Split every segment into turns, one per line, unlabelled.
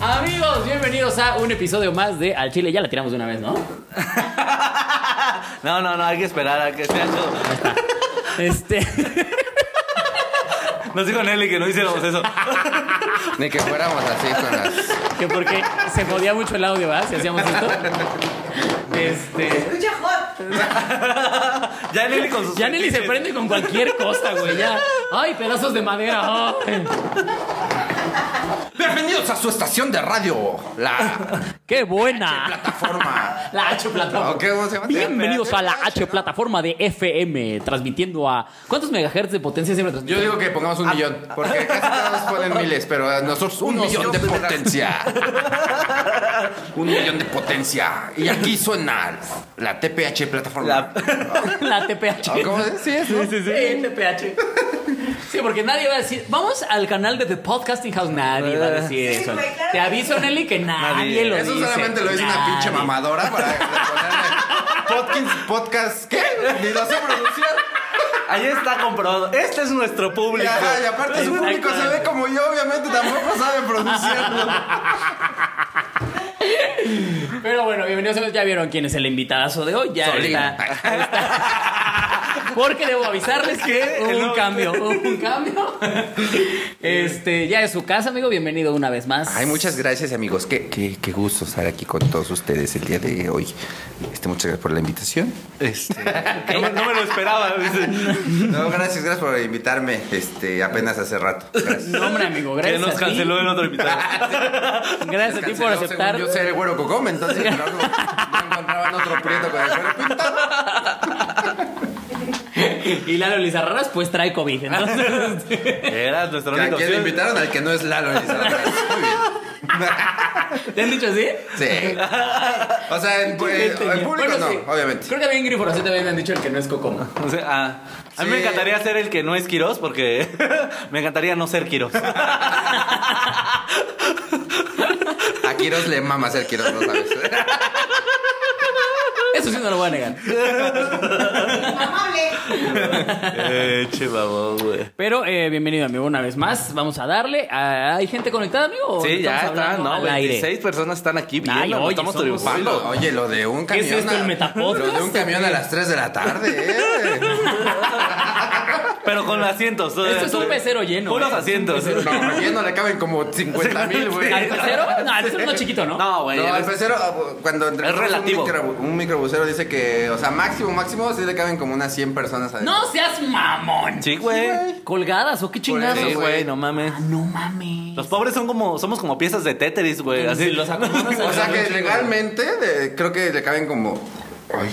amigos, bienvenidos a un episodio más de Al Chile. Ya la tiramos de una vez, ¿no?
No, no, no, hay que esperar a que sea eso.
Este.
Nos dijo Nelly que no hiciéramos eso.
Ni que fuéramos así con las.
que porque se jodía mucho el audio, ¿verdad? Si hacíamos esto. Este.
Escucha hot.
Ya Nelly con sus.
Ya Nelly se
fetiches.
prende con cualquier cosa, güey. Ya. Ay, pedazos de madera. oh.
Bienvenidos a su estación de radio, la
¡Qué buena!
plataforma.
La H plataforma.
No, ¿qué? ¿Cómo se llama?
Bienvenidos a la H plataforma de FM, transmitiendo a. ¿Cuántos megahertz de potencia siempre
Yo
transmite?
digo que pongamos un millón, porque casi todos ponen miles, pero a nosotros Ah. un, millón de potencia. un millón de potencia. Y aquí suena la TPH plataforma.
La-
La TPH.
¿Cómo se dice? Sí, es, ¿no?
NPH. Sí, porque nadie va a decir, vamos al canal de The Podcasting House. Nadie va a
Eh.
decir
Sí,
eso.
güey, claro.
Te aviso, Nelly, que nadie,
Nadie.
lo
Eso
dice.
solamente lo dice una
Nadie.
pinche mamadora para ponerle podcast, podcast, ¿qué? Ni lo sé pronunciar.
Ahí está comprobado. Este es nuestro público.
Ajá, y aparte su público se ve como yo, obviamente tampoco sabe pronunciarlo.
Pero bueno, bienvenidos amigos. Ya vieron quién es el invitadazo de hoy. Ya
Solín.
está. Porque debo avisarles que hubo un
No.
cambio, hubo un cambio. Este, ya es su casa, amigo. Bienvenido una vez más.
Ay, muchas gracias, amigos. Qué, qué, qué gusto estar aquí con todos ustedes el día de hoy. Este, muchas gracias por la invitación.
Este, no, me- no me lo esperaba. dice.
No, gracias, gracias por invitarme. Este, apenas hace rato. Gracias.
No, hombre, amigo,
Que
gracias.
nos
a ti.
canceló en otro invitado.
Gracias a ti por
Canceló,
aceptar.
según Yo ser el güero cocom, entonces pero no, no encontraban otro prieto con el güero pintado.
Y Lalo Lizarraras, pues trae COVID. Entonces.
Era nuestro
¿A
único.
quién le invitaron? Al que no es Lalo Elizarraga. Muy bien.
¿Te han dicho así?
Sí. O sea, en, eh, en
Bueno,
público no,
sí.
obviamente.
Creo que bien Griforo sí también me han dicho el que no es Cocomo.
O sea, ah, a mí me
Sí.
encantaría ser el que no es Quirós porque me encantaría no ser Quirós.
A Quiroz le mama ser Quiroz, no sabes.
Eso sí no lo voy a negar.
Amable.
eh, che, babón, güey.
Pero eh, bienvenido, amigo, una vez más. Vamos a darle. Ah, ¿Hay gente conectada, amigo? ¿O
Sí, ya
estamos
está,
hablando
¿no?
al aire?
26 personas están aquí
Ay,
viendo,
oye,
estamos
somos-
triunfando.
Oye, lo de un
¿Qué
camión.
es esto, el
a-
metapodcast?
Lo de un camión a las 3 de la tarde, ¿eh?
Pero con asientos.
Esto es un pecero lleno,
Puros
¿eh?
asientos.
No, ya no le caben como 50 mil, güey.
¿Al tercero? No, al tercero no chiquito, ¿no?
No, güey.
No, al
es-
pecero, ah, cuando entre
Es relativo.
Un, microbu- un microbusero dice que, o sea, máximo, máximo, sí le caben como unas 100 personas adentro.
¡No seas mamón!
Sí, güey.
¿Colgadas o qué chingados?
eso,
Sí, güey,
güey.
no mames.
Ah, no mames.
Los pobres son como, somos como piezas de Tetris, güey. Así
los acomodas
O sea
al-
que legalmente de- creo que le caben como. ay,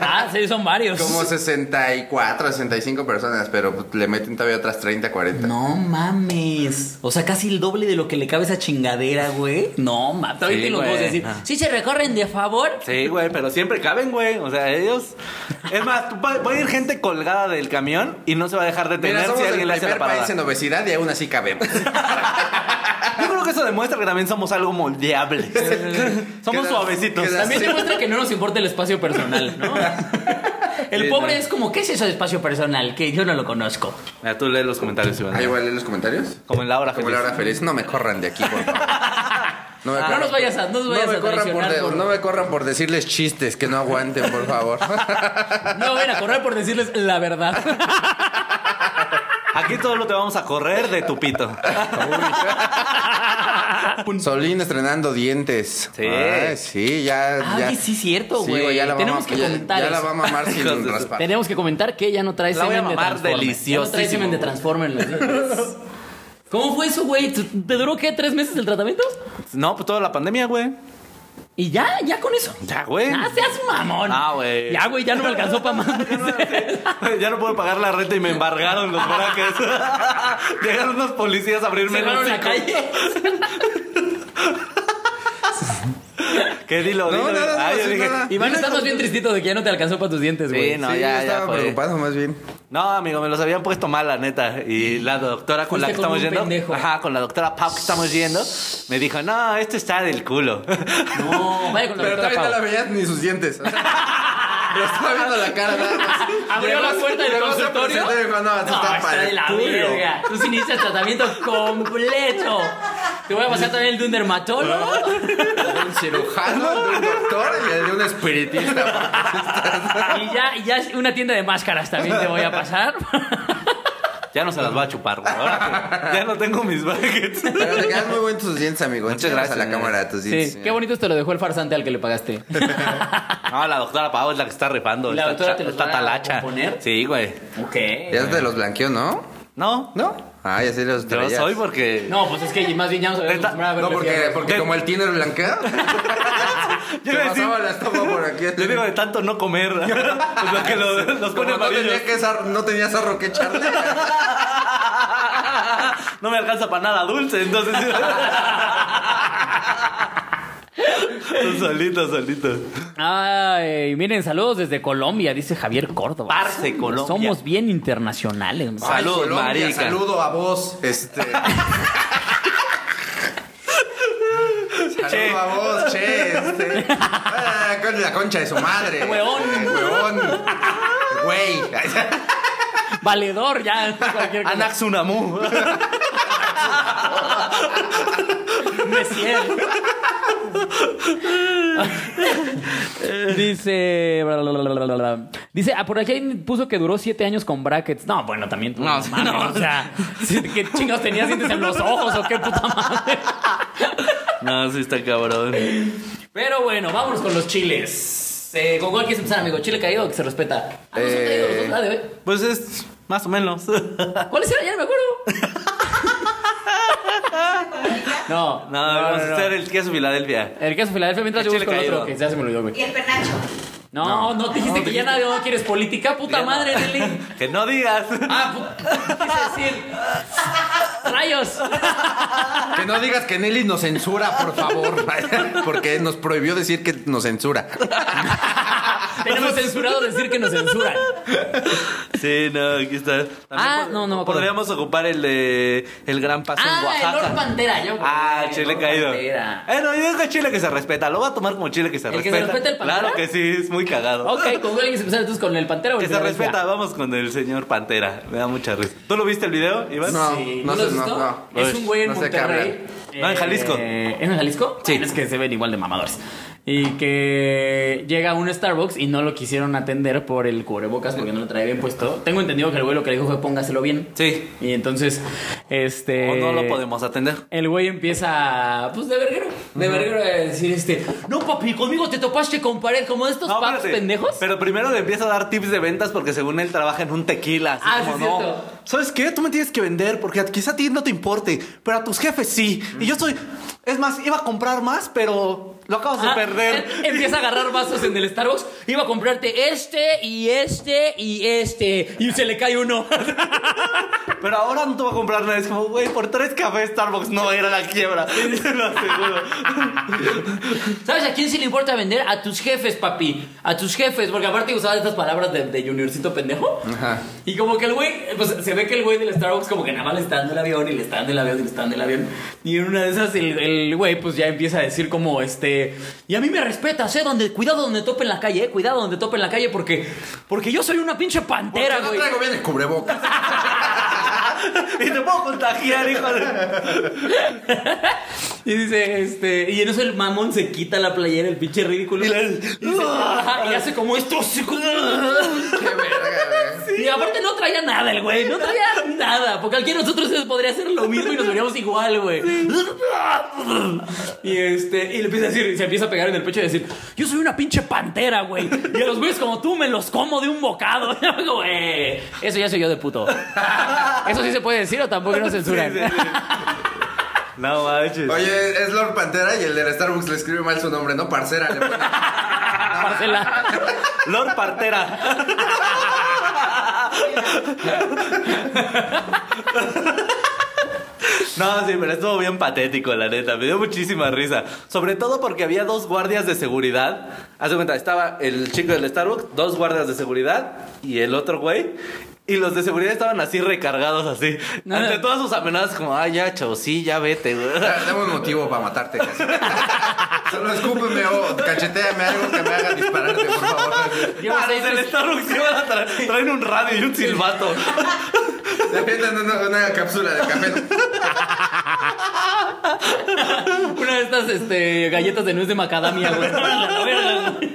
Ah, sí, son varios.
como 64, 65 personas, pero pues, le meten todavía otras 30, 40.
No mames. O sea, casi el doble de lo que le cabe a esa chingadera, güey. No mames. Todavía
Sí,
te lo
güey.
puedo decir.
Ah.
Si se recorren de favor.
Sí, güey, pero siempre caben, güey. O sea, ellos. Es más, va, va a ir gente colgada del camión y no se va a dejar detener
Mira, somos
si alguien
el
le hace la
primer
parada.
país en obesidad y aún así cabemos.
Yo creo que eso demuestra que también somos algo moldeable. somos
Quedas-
suavecitos.
quedas-
También
Sí.
demuestra que no nos importa el espacio personal, ¿no? El
Sí,
pobre
no.
es como, ¿qué es eso de espacio personal? Que yo no lo conozco.
Mira, tú lees los comentarios, Iván.
Ahí voy a leer los comentarios.
Como en la hora
Como
feliz.
la hora feliz. No me corran de aquí, por favor. No, me
Ah,
corran.
no nos vayas a- no nos vayas
me
a
corran por,
traicionar
de-
por-
no me corran por decirles chistes que no aguanten, por favor.
Ah, No ven a correr por decirles la verdad.
Aquí todo lo te vamos a correr de tu pito.
Solín estrenando dientes.
Sí.
Ay, sí, ya.
Ah,
ya.
oye, sí, cierto,
Sí,
güey.
ya la va a
Tenemos
mam-
que
ya-
comentar
Ya, la
eso.
va a mamar sin raspar.
Tenemos que comentar que ella no trae
La voy a
semen de
mamar
Transformers. Ya no trae
deliciosísimo,
semen de
güey.
Transformers. en los dientes. ¿Cómo fue eso, güey? ¿Te te duró qué? ¿Tres meses el tratamiento?
No, pues toda la pandemia, güey.
¿Y ya? ¿Ya con eso?
Ya, güey.
Ah, seas mamón.
Ah, güey.
Ya, güey, ya no me alcanzó para más.
Ya no puedo pagar la renta y me embargaron los braques. Llegaron unos policías a abrirme el
Cerraron la
hocico.
calle.
¿Qué dilo?
No,
dilo.
nada, no,
Ah, yo
sí,
dije,
nada.
Iván, estamos bien tristito de que ya no te alcanzó para tus dientes,
Sí,
güey.
no,
Sí,
ya,
yo
ya.
estaba
fue.
preocupado más bien.
No, amigo, me los habían puesto mal, la neta. Y la doctora con la que
Fuiste como
estamos
un
yendo.
pendejo.
Ajá, con la doctora Pau que estamos yendo. Me dijo, no, esto está del culo.
No, vaya con la
Pero
doctora
todavía no la
Pau.
veías ni sus dientes. o sea, Pero estaba viendo la cara nada más.
Abrió la puerta del
Llegó a ser
consultorio.
presentador y dijo, No, esto
No,
está
está
para
de
el
la
culo".
verga. Tú se inicias tratamiento completo. Te voy a pasar también el de un dermatólogo.
de un cirujano, de un doctor y el de un espiritista.
Y ya, y ya una tienda de máscaras también te voy a pasar.
Ya no se las va a chupar, güey. Ahora que ya no tengo mis buckets.
Pero te quedan muy buenos tus dientes, amigo.
Muchas
Échalos a la
gracias.
cámara tus dientes.
Sí, qué bonito te lo dejó el farsante al que le pagaste.
No, la doctora Pau es la que está rifando.
¿La
esta
doctora
cha-
te los
esta
va a
talacha.
componer?
Sí, güey.
Ok.
Ya te los blanqueó, ¿no?
No,
¿No? Ah, ya sí los
yo
traías.
soy porque.
No, pues es que más bien ya nos habíamos
Neta,
acostumbrado a verlo
No, porque,
fiado.
De-
porque como el tiene blanqueado,
Yo
te
iba a decir-
pasaba la estafa por aquí.
le digo de tanto no comer. pues lo que lo- los
Como
pone
no
amarillos.
tenía, que sar- no tenía sarro que echarle.
No me alcanza para nada dulce, entonces. Tú solito, solito.
Ay, miren, saludos desde Colombia, dice Javier Córdoba.
Parce, Colombia.
Somos bien internacionales. hombre.
Ay, Salud,
Colombia,
marica.
Saludo a vos. Este.
Che.
Saludo a vos, che. Este. Ah, con la concha de su madre.
Huevón.
Huevón. Güey.
Valedor, ya. Cualquier cosa.
Anaxunamu.
Messier. Dice. bla, bla, bla, bla, bla, bla. Dice, ah, por aquí puso que duró siete años con brackets. No, bueno, también tú.
No,
No, mames,
no.
O sea, sí, ¿qué chingados tenías dientes en los ojos o qué puta madre?
No, sí está cabrón.
Pero bueno, vámonos con los chiles. Eh, ¿Con cuál quieres empezar, amigo? ¿Chile caído o que se respeta? Ah, no, se han caído los dos,
Eh.
¿verdad, de hoy?
Pues es más o menos.
¿Cuáles eran? Ya no me acuerdo. no,
No, vamos a hacer el queso Filadelfia.
El caso de Filadelfia, mientras
El
yo
chile
busco el otro,
caído.
que ya se me olvidó, güey.
Y el penacho.
No, no, te dijiste que ya nadie no quieres política, puta madre, Nelly.
Que no digas.
Ah, pu- quise decir. ¡Rayos!
Que no digas que Nelly nos censura, por favor. Porque nos prohibió decir que nos censura.
Tenemos censurado decir que nos censuran.
Sí, no, aquí está. También
Ah,
pod-
no, no me acuerdo.
Podríamos ocupar el de el Gran Paso en
Ah, el
Oaxaca.
Lord Pantera, yo.
Ah,
el
chile
Lord
caído.
Pantera.
Eh, no, yo digo chile que se respeta. Lo voy a tomar como chile que se
¿El que se
respeta.
respeta el Pantera?
Claro que sí, es muy cagado.
Ok, ¿con cuál quieres empezar entonces? ¿Con el Pantera o el
Que se
Filadelfia?
respeta, vamos con el señor Pantera. Me da mucha risa. ¿Tú lo viste el video, Iván?
No.
Sí,
no
¿no lo
sé,
has
no,
visto?
no.
Es un güey en
No sé qué
Monterrey.
hablan. No, en Jalisco.
Eh, ¿Es en Jalisco?
Sí.
Bueno, Es que se ven igual de mamadores. Y que llega a un Starbucks y no lo quisieron atender por el cubrebocas porque no lo traía bien puesto. Tengo entendido que el güey lo que le dijo fue póngaselo bien.
Sí.
Y entonces, este...
O no lo podemos atender.
El güey empieza, pues de verguero, de verguero a decir este, no papi, conmigo te topaste con pared como estos
No,
papos
espérate.
pendejos.
Pero primero le empieza a dar tips de ventas porque según él trabaja en un tequila. Así
Ah,
como,
sí, es
no,
cierto.
¿Sabes qué? Tú me tienes que vender porque a- quizá a ti no te importe, pero a tus jefes sí. Y
Mm.
yo soy... Es más, iba a comprar más, pero lo acabas de
Ah,
perder.
él Empieza a agarrar vasos en el Starbucks. Iba a comprarte este y este y este. Y se le cae uno.
Pero ahora no te voy a comprar nada. Es como, güey, por tres cafés Starbucks no va a ir a la quiebra. Te lo aseguro.
¿Sabes a quién sí le importa vender? A tus jefes, papi. A tus jefes. Porque aparte usaba estas palabras de, de juniorcito pendejo.
Ajá.
Y como que el güey, pues se ve que el güey del Starbucks como que nada más le está dando el avión y le está dando el avión y le está dando el avión. Y en una de esas el el güey pues ya empieza a decir como este, y a mí me respetas, eh, donde, cuidado donde tope en la calle, eh, cuidado donde tope en la calle porque, porque yo soy una pinche
Porque
pantera,
no
güey.
traigo bien el cubrebocas.
Y te puedo contagiar, hijo de...
Y dice, este, y en eso el mamón se quita la playera, el pinche ridículo.
Y
Y,
le-
se- ajá, y hace como esto. así como-
Qué verga, güey.
Y aparte no traía nada el güey, no traía nada. Porque cualquiera de nosotros podría hacer lo mismo y nos veríamos igual, güey. Y este, y le empieza a decir, se empieza a pegar en el pecho y decir, yo soy una pinche pantera, güey. Y a los güeyes como tú me los como de un bocado. Güey, eso ya soy yo de puto. Eso sí se puede decir o tampoco nos censuran.
Sí, sí, sí. No manches.
Oye, es Lord Pantera y el del Starbucks le escribe mal su nombre, ¿no? Parcera. Le pone.
Marcela.
Lord Partera. No, sí, pero estuvo bien patético, la neta. Me dio muchísima risa. Sobre todo porque había dos guardias de seguridad. Haz de cuenta, estaba el chico del Starbucks, dos guardias de seguridad y el otro güey. Y los de seguridad estaban así recargados, así. Ante todas sus amenazas, como, ah, ya, chavo, sí, ya vete, güey.
Dame un motivo para matarte, casi. Solo escúpeme o cacheteame algo que me haga dispararte, por favor.
Llevas
Ah,
seis
los del
meses-
Starbucks iban a tra- traen un radio y un silbato.
Le avientan una, una cápsula de café.
Una de estas este, galletas de nuez de macadamia, güey. Órale, órale.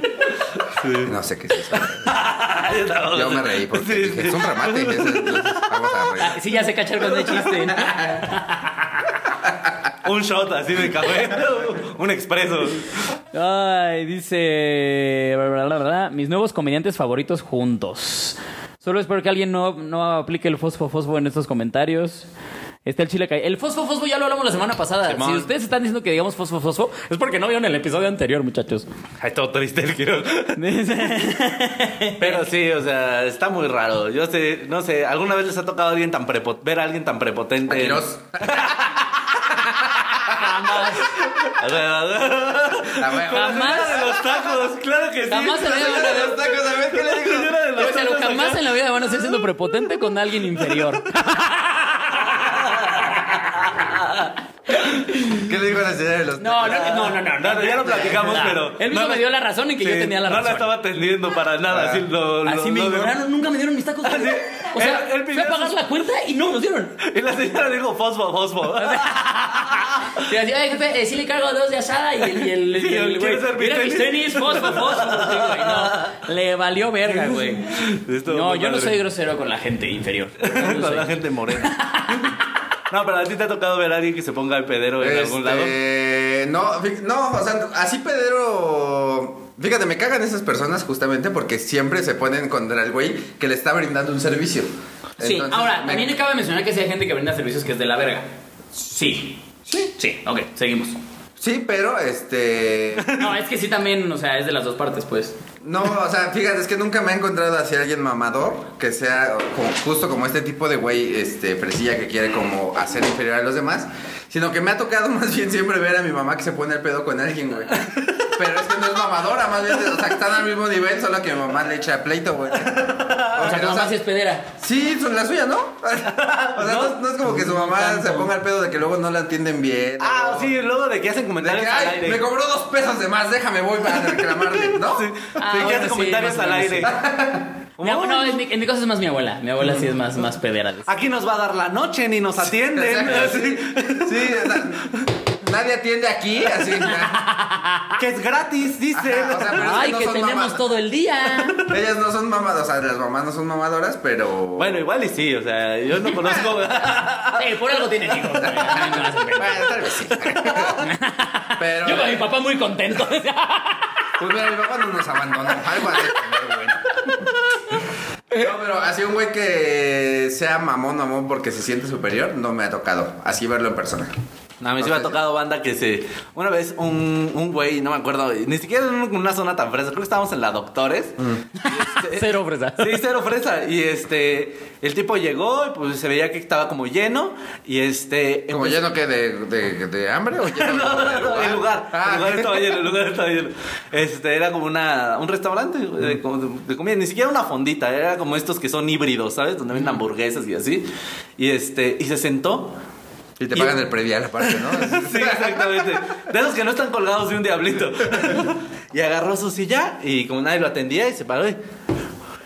No sé qué es eso.
Yo tampoco
Yo
sé.
me reí porque
Sí,
dije,
sí.
es un remate. Entonces, vamos a reír.
Ah, Sí, ya se cachar con el chiste.
Un shot así de café. un expreso.
Ay, dice. bla, bla, bla, bla, Mis nuevos comediantes favoritos juntos. Solo espero que alguien no, no aplique el fosfo fosfo en estos comentarios. Está el chile caído. El fosfo fosfo ya lo hablamos la semana pasada.
Simón.
Si ustedes están diciendo que digamos fosfo fosfo, es porque no vieron el episodio anterior, muchachos.
Ay, todo triste el Quiroz.
Dice-
Pero sí, o sea, está muy raro. Yo sé, no sé, ¿alguna vez les ha tocado a alguien tan prepo- ver a alguien tan prepotente? en-
Quiroz, la wea-
Jamás.
Señora de los tacos, claro que sí.
Jamás se
La
ve
señora de los tacos, ¿sabes qué le digo?
Señora de los
O sea, lo
tacos
jamás
acá.
en la vida van a ser siendo prepotente con alguien inferior.
¿Qué le digo a la señora de los
No, no, no, no, no.
No, ya lo platicamos,
Ah,
pero.
Él mismo
no
me dio la razón en que yo tenía la
no
razón.
la estaba atendiendo para nada.
Ah.
Así, lo, lo-
Así me
lo- Ah,
ignoraron, nunca me dieron mis tacos.
Así,
o sea,
él- él
fui
pidió
a pagar
sus-
la cuenta y no me los dieron.
Y la señora dijo fosfo, fosfo.
Ah, Y así, ay, jefe, eh, sí le cargo dos de asada y el, y el,
Sí,
y el
¿quieres
güey,
hacer mis
mira mis tenis,
tenis?
fosfo, fosfo. Sí, güey, no, le valió verga, güey.
Estuvo
No,
muy
yo no
padre.
soy grosero con la gente inferior. No lo
Con la
soy.
gente morena. No, pero a ti te ha tocado ver a alguien que se ponga el pedero en algún lado.
Este, No, fí- no, o sea, así Pedro. Fíjate, me cagan esas personas justamente porque siempre se ponen contra el güey que le está brindando un servicio.
Sí,
Entonces,
ahora,
me-
también cabe mencionar que sí hay gente que brinda servicios que es de la verga. Sí. Sí. Sí, ok, seguimos.
Sí, pero este.
No, es que sí también, o sea, es de las dos partes, pues.
No, o sea, fíjate, es que nunca me he encontrado así alguien mamador que sea como- justo como este tipo de güey, este, presilla que quiere como hacer inferior a los demás, sino que me ha tocado más bien siempre ver a mi mamá que se pone el pedo con alguien, güey. Pero es que no es mamadora, más bien, o sea, que están al mismo nivel, solo que mi mamá le echa pleito, güey.
O
Ah,
sea,
Porque,
tu
o
mamá
sea,
sí es pedera.
Sí, son la suya, ¿no? O sea, no, no es como que su mamá se ponga el pedo de que luego no la entienden bien.
Ah,
o-
sí, luego de que hacen
De
comentarios
que,
al
ay,
aire.
me cobró dos pesos de más, déjame, voy para reclamarle, ¿no?
Sí,
Ah,
de que
bueno, sí,
hacen comentarios
más o
al
menos,
aire.
Mi abu- no, en mi, en mi caso es más mi abuela. Mi abuela sí es más, más pedera. de-
Aquí nos va a dar la noche, ni nos atienden.
Exacto.
Así,
Sí, o sea, nadie atiende aquí, así. ya.
que es gratis, dice.
Ajá, o sea, pero es
Ay,
no
que
son
tenemos
mamadas.
todo el día.
Ellas no son mamadoras, o sea, las mamás no son mamadoras, pero.
Bueno, igual y sí, o sea, yo no conozco.
Sí, por algo tiene hijos. güey. Ay, no, hace pena.
Bueno, tal vez sí. Pero.
Yo con mi papá muy contento.
Pues mira, mi papá no nos abandonó. Algo ha de tener, güey. No, pero así un güey que sea mamón, mamón, porque se siente superior, no me ha tocado. Así verlo en persona.
No, a mí sí me ha tocado banda que se. Una vez un, un güey, no me acuerdo, ni siquiera en un- una zona tan fresa, creo que estábamos en la Doctores.
Mm.
este,
Cero fresa.
Sí, cero fresa. Y este, el tipo llegó y pues se veía que estaba como lleno. Y este.
Como
empezó-
lleno que de, de, de hambre o lleno
No, no,
de
no, el lugar.
Ah,
El lugar estaba lleno, el lugar estaba lleno. Este, era como una, un restaurante
Mm.
de, como de- de comida, ni siquiera una fondita, era como estos que son híbridos, ¿sabes? Donde
Mm.
venden hamburguesas y así. Y este, y se sentó.
Y te pagan el previal aparte, ¿no?
Sí, exactamente. De esos que no están colgados de un diablito. Y agarró su silla y como nadie lo atendía y se paró. y-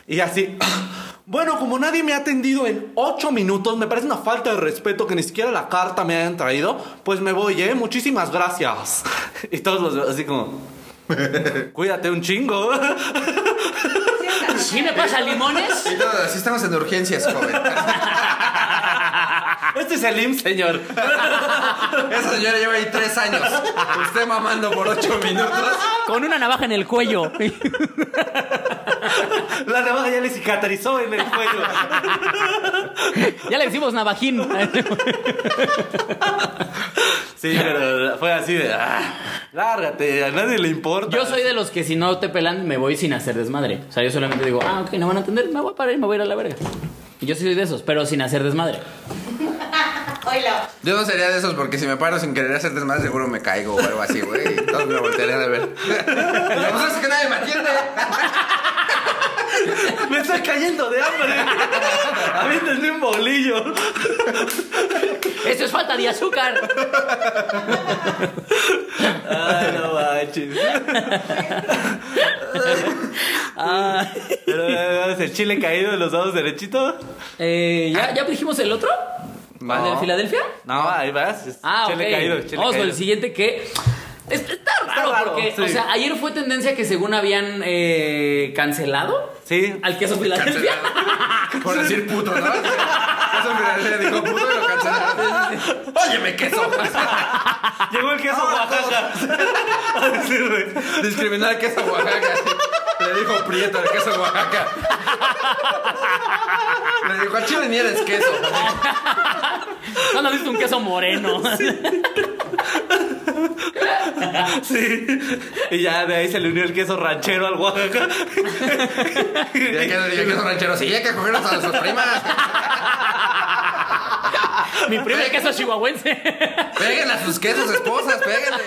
Y así. Bueno, como nadie me ha atendido en ocho minutos, me parece una falta de respeto que ni siquiera la carta me hayan traído, pues me voy, ¿eh? Muchísimas gracias. Y todos los así como... Cuídate un chingo.
¿Sí me pasa limones?
Y todo, así estamos en urgencias, joven.
Este es el IMSS, señor.
Esa señora lleva ahí tres años. Usted mamando por ocho minutos.
Con una navaja en el cuello.
La navaja ya le cicatrizó en el cuello.
Ya le decimos navajín.
Sí, pero fue así de... "Ah, lárgate, a nadie le importa.
Yo soy de los que si no te pelan, me voy sin hacer desmadre. O sea, yo solamente digo, ah, ok, no van a atender, me voy a parar y me voy a ir a la verga. Yo sí soy de esos, pero sin hacer desmadre.
Oilo.
Yo no sería de esos porque si me paro sin querer hacer más seguro me caigo o algo así, güey. Y Todos me voltearían a ver. Lo mejor es que nadie me atiende.
Me está cayendo de hambre. A mí tendré un bolillo.
Eso es falta de azúcar.
Ay, no manches.
Ah,
Pero eh, el chile caído de los dados derechito.
eh, ¿ya, ¿Ya dijimos el otro? ¿El de Filadelfia?
No, ahí vas. es
Ah,
chile
ok.
caído, chile
Vamos
caído.
con el siguiente que. Es- Está raro,
raro,
porque,
sí.
o sea, ayer fue tendencia que según habían eh, cancelado
Sí.
al queso Filadelfia.
Cancelado. Por decir puto, ¿no? Eso en realidad dijo puto y lo cancelaron. Óyeme, queso.
Llegó el queso Oaxaca. Ah, Sí, güey.
Discriminar al queso Oaxaca. Le dijo prieto al queso Oaxaca. Le dijo, al chile ni eres queso.
¿Cuándo has visto un queso moreno?
Sí. Y ya de ahí se le unió el queso ranchero al Oaxaca.
Y el queso, y el queso ranchero, sí, hay que cogernos a nuestras primas.
Mi primer queso chihuahuense.
Péguenle a sus quesos esposas, péguenle.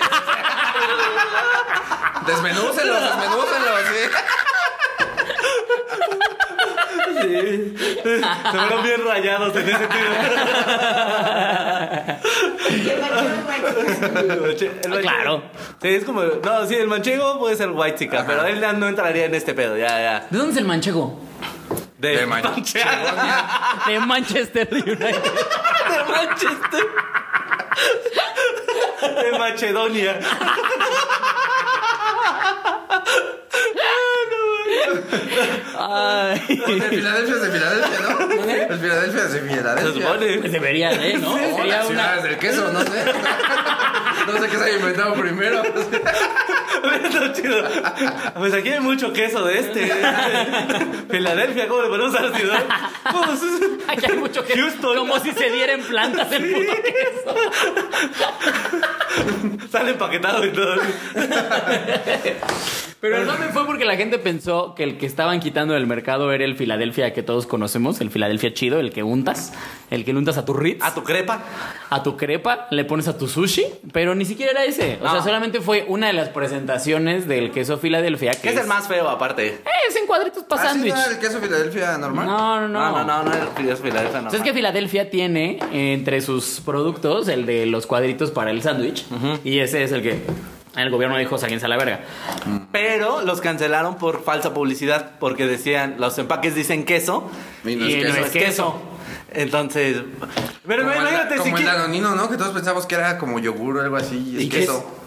Desmenúcenlos, desmenúcenlos, sí.
Se fueron bien rayados en ese tiro.
Y el manchego es manchego.
El manche- el manche-
Claro.
Sí, es como. No, sí, el manchego puede ser white chica, pero él ya no entraría en este pedo, ya, ya.
¿De dónde es el manchego?
De,
mancha.
De Manchester United. De Manchester.
de Macedonia.
Ay.
El Filadelfia es de Filadelfia, ¿no?
¿Eh?
El Filadelfia es de
Se
Filadelfia.
supone.
Pues debería, ¿eh? ¿No?
O
Sería
las
una.
ciudades del queso, no sé. No sé qué se haya inventado primero.
Está chido. Pues aquí hay mucho queso de este. Filadelfia, ¿cómo le ponemos a la ciudad? Pues,
Aquí hay mucho queso.
Houston.
Como si se dieran plantas el puto queso.
sale empaquetado y todo.
Pero el mame fue porque la gente pensó que el que estaban quitando del mercado era el Filadelfia que todos conocemos, el Filadelfia chido, el que untas, el que le untas a tu Ritz,
A tu crepa.
a tu crepa, le pones a tu sushi, pero ni siquiera era ese. O sea,
No.
solamente fue una de las presentaciones del queso Filadelfia. Que
Que es el más feo, aparte.
Eh, es en cuadritos para
¿Así
sándwich.
Ah, no era el queso Filadelfia normal?
No, no, no.
No, no, no, no, no es Filadelfia, no.
O sea, es que Filadelfia tiene eh, entre sus productos el de los cuadritos para el sándwich. Y ese es el que el gobierno dijo, sáquense a la verga.
Pero los cancelaron por falsa publicidad, porque decían, los empaques dicen queso
Y no
y
es
no
queso.
es queso. Entonces, pero
Como, el,
imagínate si
como el
que-
danonino, ¿no? Que todos pensamos que era como yogur o algo así. Y es
¿Y qué
queso.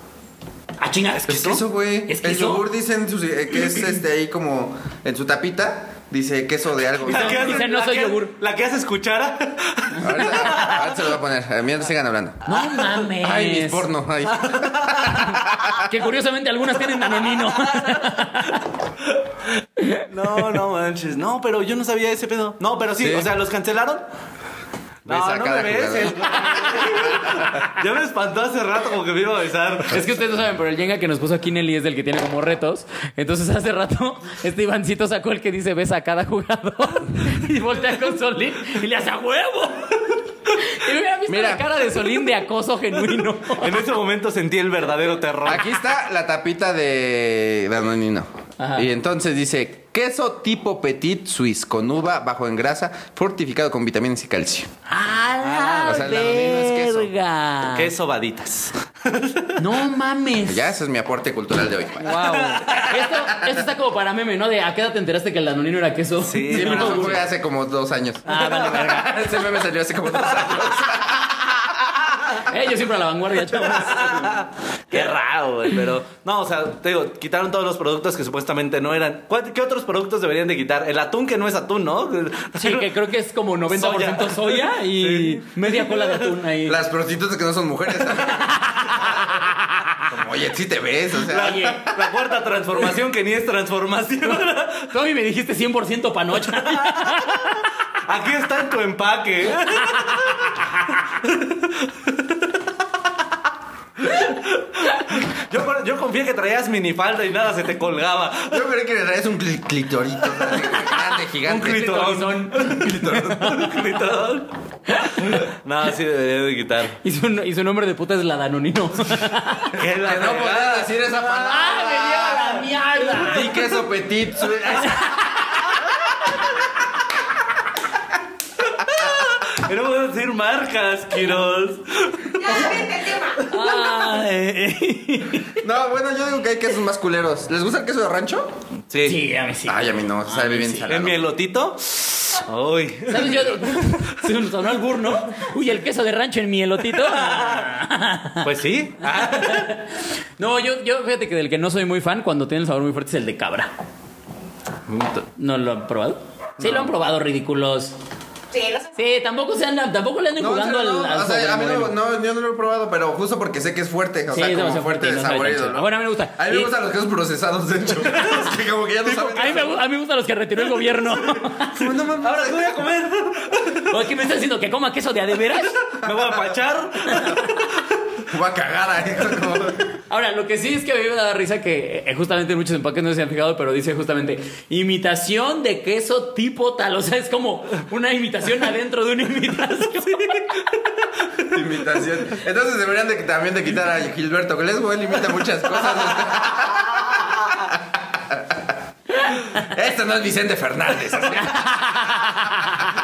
Ah, chinga, ¿es
Pues Es queso, güey.
¿Es
El
queso?
yogur dicen que es este ahí como en su tapita, dice queso de algo.
la que
Dice,
haces-
no
la
soy
que-
yogur.
La que haces cuchara.
Ahorita, ahorita se lo voy a poner. Eh, Mientras sigan hablando.
No mames. Ah,
Ay, mis porno. Ay.
Que curiosamente algunas tienen danonino.
No, no manches. No, pero yo no sabía ese pedo. No, pero sí,
Sí.
o sea, los cancelaron.
Ves
No,
a
no
cada
me ves.
jugador.
el- Ya me espantó hace rato como que me iba a avisar.
es que ustedes no saben, pero el Jenga que nos puso aquí Nelly es del que tiene como retos. Entonces hace rato este Ivancito sacó el que dice besa a cada jugador y voltea con Solín y le hace a huevo. Y hubiera visto
Mira.
la cara de Solín de acoso genuino.
En ese momento sentí el verdadero terror.
Aquí está la tapita de Danonino.
Ajá.
Y entonces dice queso tipo petit suisse con uva bajo en grasa, fortificado con vitaminas y calcio.
¡A Ah, la
o sea, el danonino es queso.
verga!
Queso vaditas.
¡No mames!
Ya ese es mi aporte cultural de hoy.
Wow. Esto, esto está como para meme, ¿no? De a qué edad te enteraste que el danonino era queso.
Sí.
Sí, pero
No,
eso
güey.
fue hace como dos años.
Ah, vale, verga.
Ese meme salió hace como dos años.
Eh, yo siempre a la vanguardia, chavos.
Qué raro, güey, pero... No, o sea, te digo, quitaron todos los productos que supuestamente no eran. ¿Cuál- ¿Qué otros productos deberían de quitar? El atún que no es atún, ¿no?
Sí, que creo que es como 90% soya, y media cola de atún ahí.
Las prostitutas que no son mujeres. Como, oye, sí te ves, o sea.
Oye,
La cuarta transformación que ni es transformación.
tú a mí me dijiste 100% panocha.
Aquí está en tu empaque. Yo, yo confié que traías minifalda y nada se te colgaba.
Yo creo que en realidad es un cli- clitorito. o sea, Grande,
Un
gigante.
clitorón. este Un clitorón. No, sí debería de quitar.
Y su, y su nombre de puta es la Danonino.
Que
Que no podía decir esa palabra.
¡Ah, me lleva la mierda!
Di queso petit. suisse.
Pero puedo decir marcas, Quiroz.
Ya, Cambien de tema.
Eh,
Ay.
No, bueno, yo digo que hay quesos más culeros. ¿Les gusta el queso de rancho?
Sí.
Sí, a mí sí.
Ay, a mí no, sabe
mí
bien
sí.
salado.
En mi elotito. Ay.
¿Sabes? Yo. Se me sonó al burno. Uy, el queso de rancho en mi elotito.
Pues sí.
No, yo, yo fíjate que del que no soy muy fan cuando tiene el sabor muy fuerte es el de cabra. ¿No lo han probado? Sí, lo han probado, ridículos.
Sí, los-
Sí, tampoco se andan, tampoco le andan
No, en
jugando
serio, no.
al, al
o sea, a mí no,
sobremodelo.
no, yo no lo he probado, pero justo porque sé que es fuerte, o
Sí, es
sea, como
demasiado fuerte
fuerte
y
de
no sabe
sabor y
tan chido.
dolor.
Bueno, a mí me gusta.
A mí me
Y-
gustan los quesos procesados, de hecho. Es que como que ya no saben.
A mí, me, gu- a mí me gustan los que retiró el gobierno.
Como, no mames.
Ahora te voy a comer.
¿O qué me estás diciendo? ¿Que coma queso de a de veras?
Me voy a pachar.
Voy a cagar ahí. como-
Ahora, lo que sí es que a mí me da risa que eh, justamente en muchos empaques no se han fijado, pero dice justamente imitación de queso tipo tal. O sea, es como una imitación adentro de una imitación.
Imitación. Entonces deberían de, también de quitar a Gilberto Glesbo, él imita muchas cosas. Este no es Vicente Fernández. así.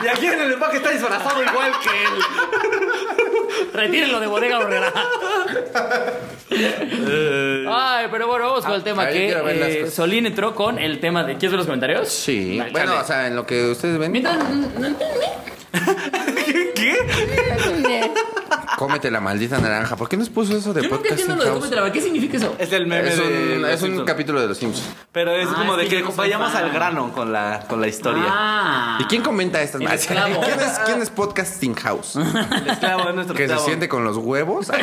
Y aquí en el empaque está disfrazado igual que él.
Retírenlo de bodega horrera. Ay, pero bueno, vamos con el tema
Ah, ahí
que
quiero ver las
eh,
cosas.
Solín entró con el tema de. ¿Quieres ver los comentarios? Sí.
Bueno, o sea, en lo que ustedes ven,
Mientras.
¿Qué?
cómete la maldita naranja. ¿Por qué nos puso eso de
Yo nunca
podcast?
entiendo
in
lo de
house?
cómo trabaja. ¿Qué significa eso?
Es el meme
es
de
un,
los
es un
Simpsons.
capítulo de los Simpsons.
Pero es
Ah,
como
es
de
que
que
yo no soy
vayamos
fan.
al grano con la, con la historia.
Ah.
¿Y quién comenta estas
El
más?
esclavo.
¿Quién es, quién es Podcasting House?
El esclavo es nuestro
Que se
esclavo.
siente con los huevos de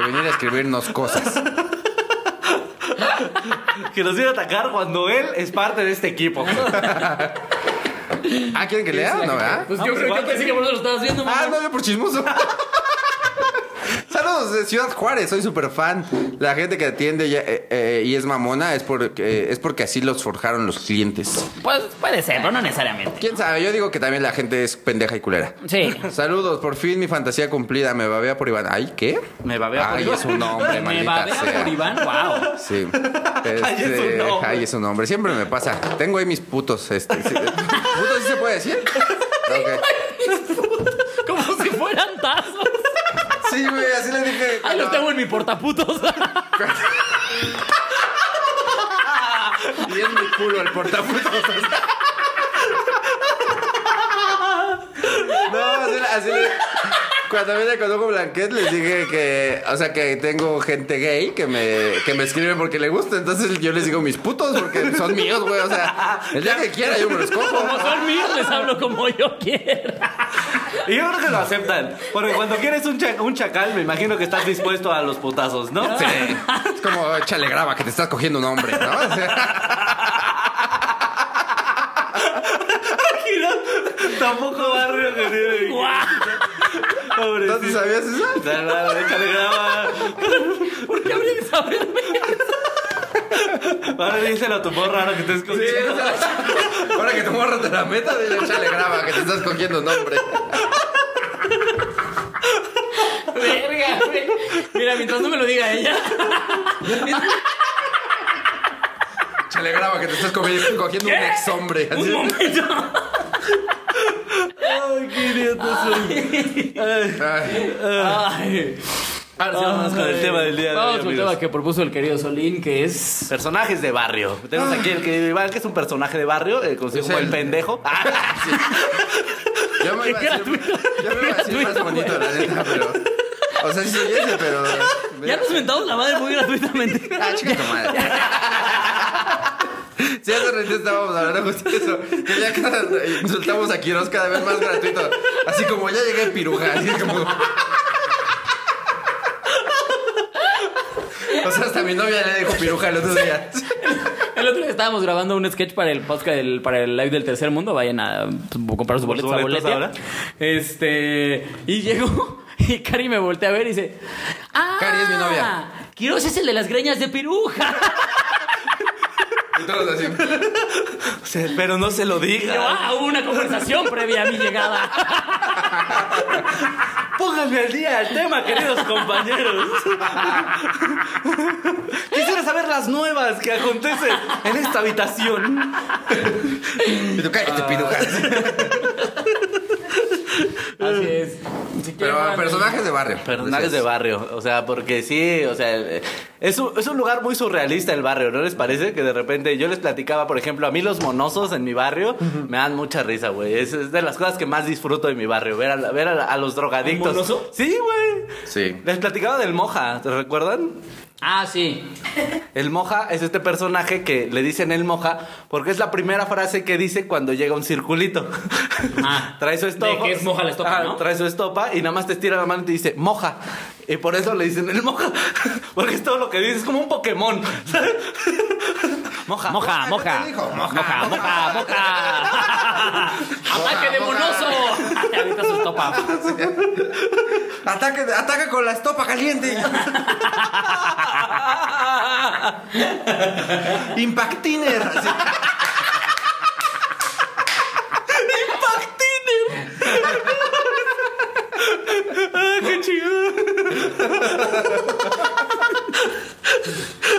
venir a escribirnos cosas.
Que nos viene a atacar cuando él es parte de este equipo.
Ah, ¿quieren que lea? No, ¿verdad?
Pues
Ah,
yo creo
pues
que
igual.
pensé que vos lo estabas viendo, mamá.
Ah, no, yo por chismoso. Saludos de Ciudad Juárez, soy súper fan. La gente que atiende ya, eh, eh, y es mamona es porque, es porque así los forjaron los clientes.
Pues puede ser, pero no necesariamente.
¿Quién sabe? Yo digo que también la gente es pendeja y culera.
Sí.
Saludos, por fin mi fantasía cumplida. Me babea por Iván. ¿Ay, qué?
Me babea por
Ay,
Iván.
es un hombre,
Me
maldita
babea
sea.
por Iván, wow.
Sí.
Ay, es
Este,
un hombre.
ay, es un hombre. Siempre me pasa. Tengo ahí mis putos. Este, sí. ¿Putos sí se puede decir? Ok.
Como si fueran tazos.
Sí, güey, así le dije.
Ahí los tengo en mi portaputos. Pues
Y es mi culo el portaputos. No, así, le- así le- Cuando vine con Hugo Blanquet les dije que, o sea, que tengo gente gay que me, que me escribe porque le gusta. Entonces yo les digo mis putos porque son míos, güey. O sea, el día que quiera yo me los cojo.
Como son míos, les hablo como yo quiera.
Y yo creo que lo aceptan. Porque cuando quieres un, cha- un chacal, me imagino que estás dispuesto a los putazos, ¿no? Sí.
Es como, échale graba que te estás cogiendo un hombre, ¿no? O sea,
Tampoco barrio que tiene.
Guau.
Pobre.
¿No te sabías eso?
Échale graba.
¿Por qué habría que saberme?
Ahora díselo a tu morra ahora que estés
Sí, o
escuchando.
sea, ahora que te morras de la meta, dile échale graba que te estás cogiendo un hombre.
Verga, güey. Mira, mientras no me lo diga ella.
Échale graba que te estás comi- cogiendo un ex hombre.
Un momento.
Ay, qué idiota soy. Ay.
Ay,
Ay.
Ahora Ah, sí, vamos con el tema del día de
Vamos
hoy,
con el
amigos.
tema que propuso el querido Solín, que es.
Personajes de barrio. Tenemos aquí el querido Iván, que es un personaje de barrio, eh, conocido
Es
como el
el-
pendejo. Ah,
yo me iba a
Qué
decir,
gratuito.
yo me iba a decir más
Gratuito,
bonito, la neta, pero. O sea, sí soy ese, pero.
Ya nos mentamos la madre muy gratuitamente.
Ah, chica tu madre. Sí, hace ratito estábamos hablando justo de eso. Que ya cada, insultamos a Quiroz cada vez más gratuito. Así como ya llegué piruja. Así como. O sea, hasta mi novia le dijo piruja el otro día.
El otro día estábamos grabando un sketch para el podcast, del- para el live del tercer mundo. Vayan a pues, comprar sus boletos, a
boletos
Boletia.
ahora?
Este. Y llegó y Cari me voltea a ver y dice: ¡Ah!
Cari es mi novia.
Quiroz es el de las greñas de piruja.
Y todos así.
O sea, Pero no se lo
Y yo,
diga.
ah, hubo una conversación previa a mi llegada.
Pónganme al día el tema, queridos compañeros. Quisiera saber las nuevas que acontecen en esta habitación.
Ah.
Y tú cállate, piruja.
Así es. Si quieren,
Pero
Spider-Man.
personajes de barrio.
Personajes de
Decías.
barrio, o sea, porque sí, o sea, eh, es un, es un lugar muy surrealista el barrio, ¿no les parece? Que de repente yo les platicaba, por ejemplo, a mí los monosos en mi barrio me dan mucha risa, güey. Es, es de las cosas que más disfruto de mi barrio, ver a, la- ver a, la- a los drogadictos.
¿Un monoso?
Sí, güey.
Sí.
Les platicaba del Moja, ¿te recuerdan?
Ah, sí.
El Moja es este personaje que le dicen el Moja porque es la primera frase que dice cuando llega un circulito.
Ah,
trae su estopa. Ah,
de que es moja la estopa, ¿no?
Trae su estopa y nada más te estira la mano y te dice Moja. Y por eso le dicen el Moja. Porque es todo lo que dice, es como un Pokémon. ¿sabes?
Ah,
Moja.
Moja, moja.
¿Qué te dijo? Moja,
moja, moja. moja. ¡Ataque de
moja.
monoso! Te avienta su estopa.
Ataque, ataca con la estopa caliente. Impactiner. así.
Ah, qué chido.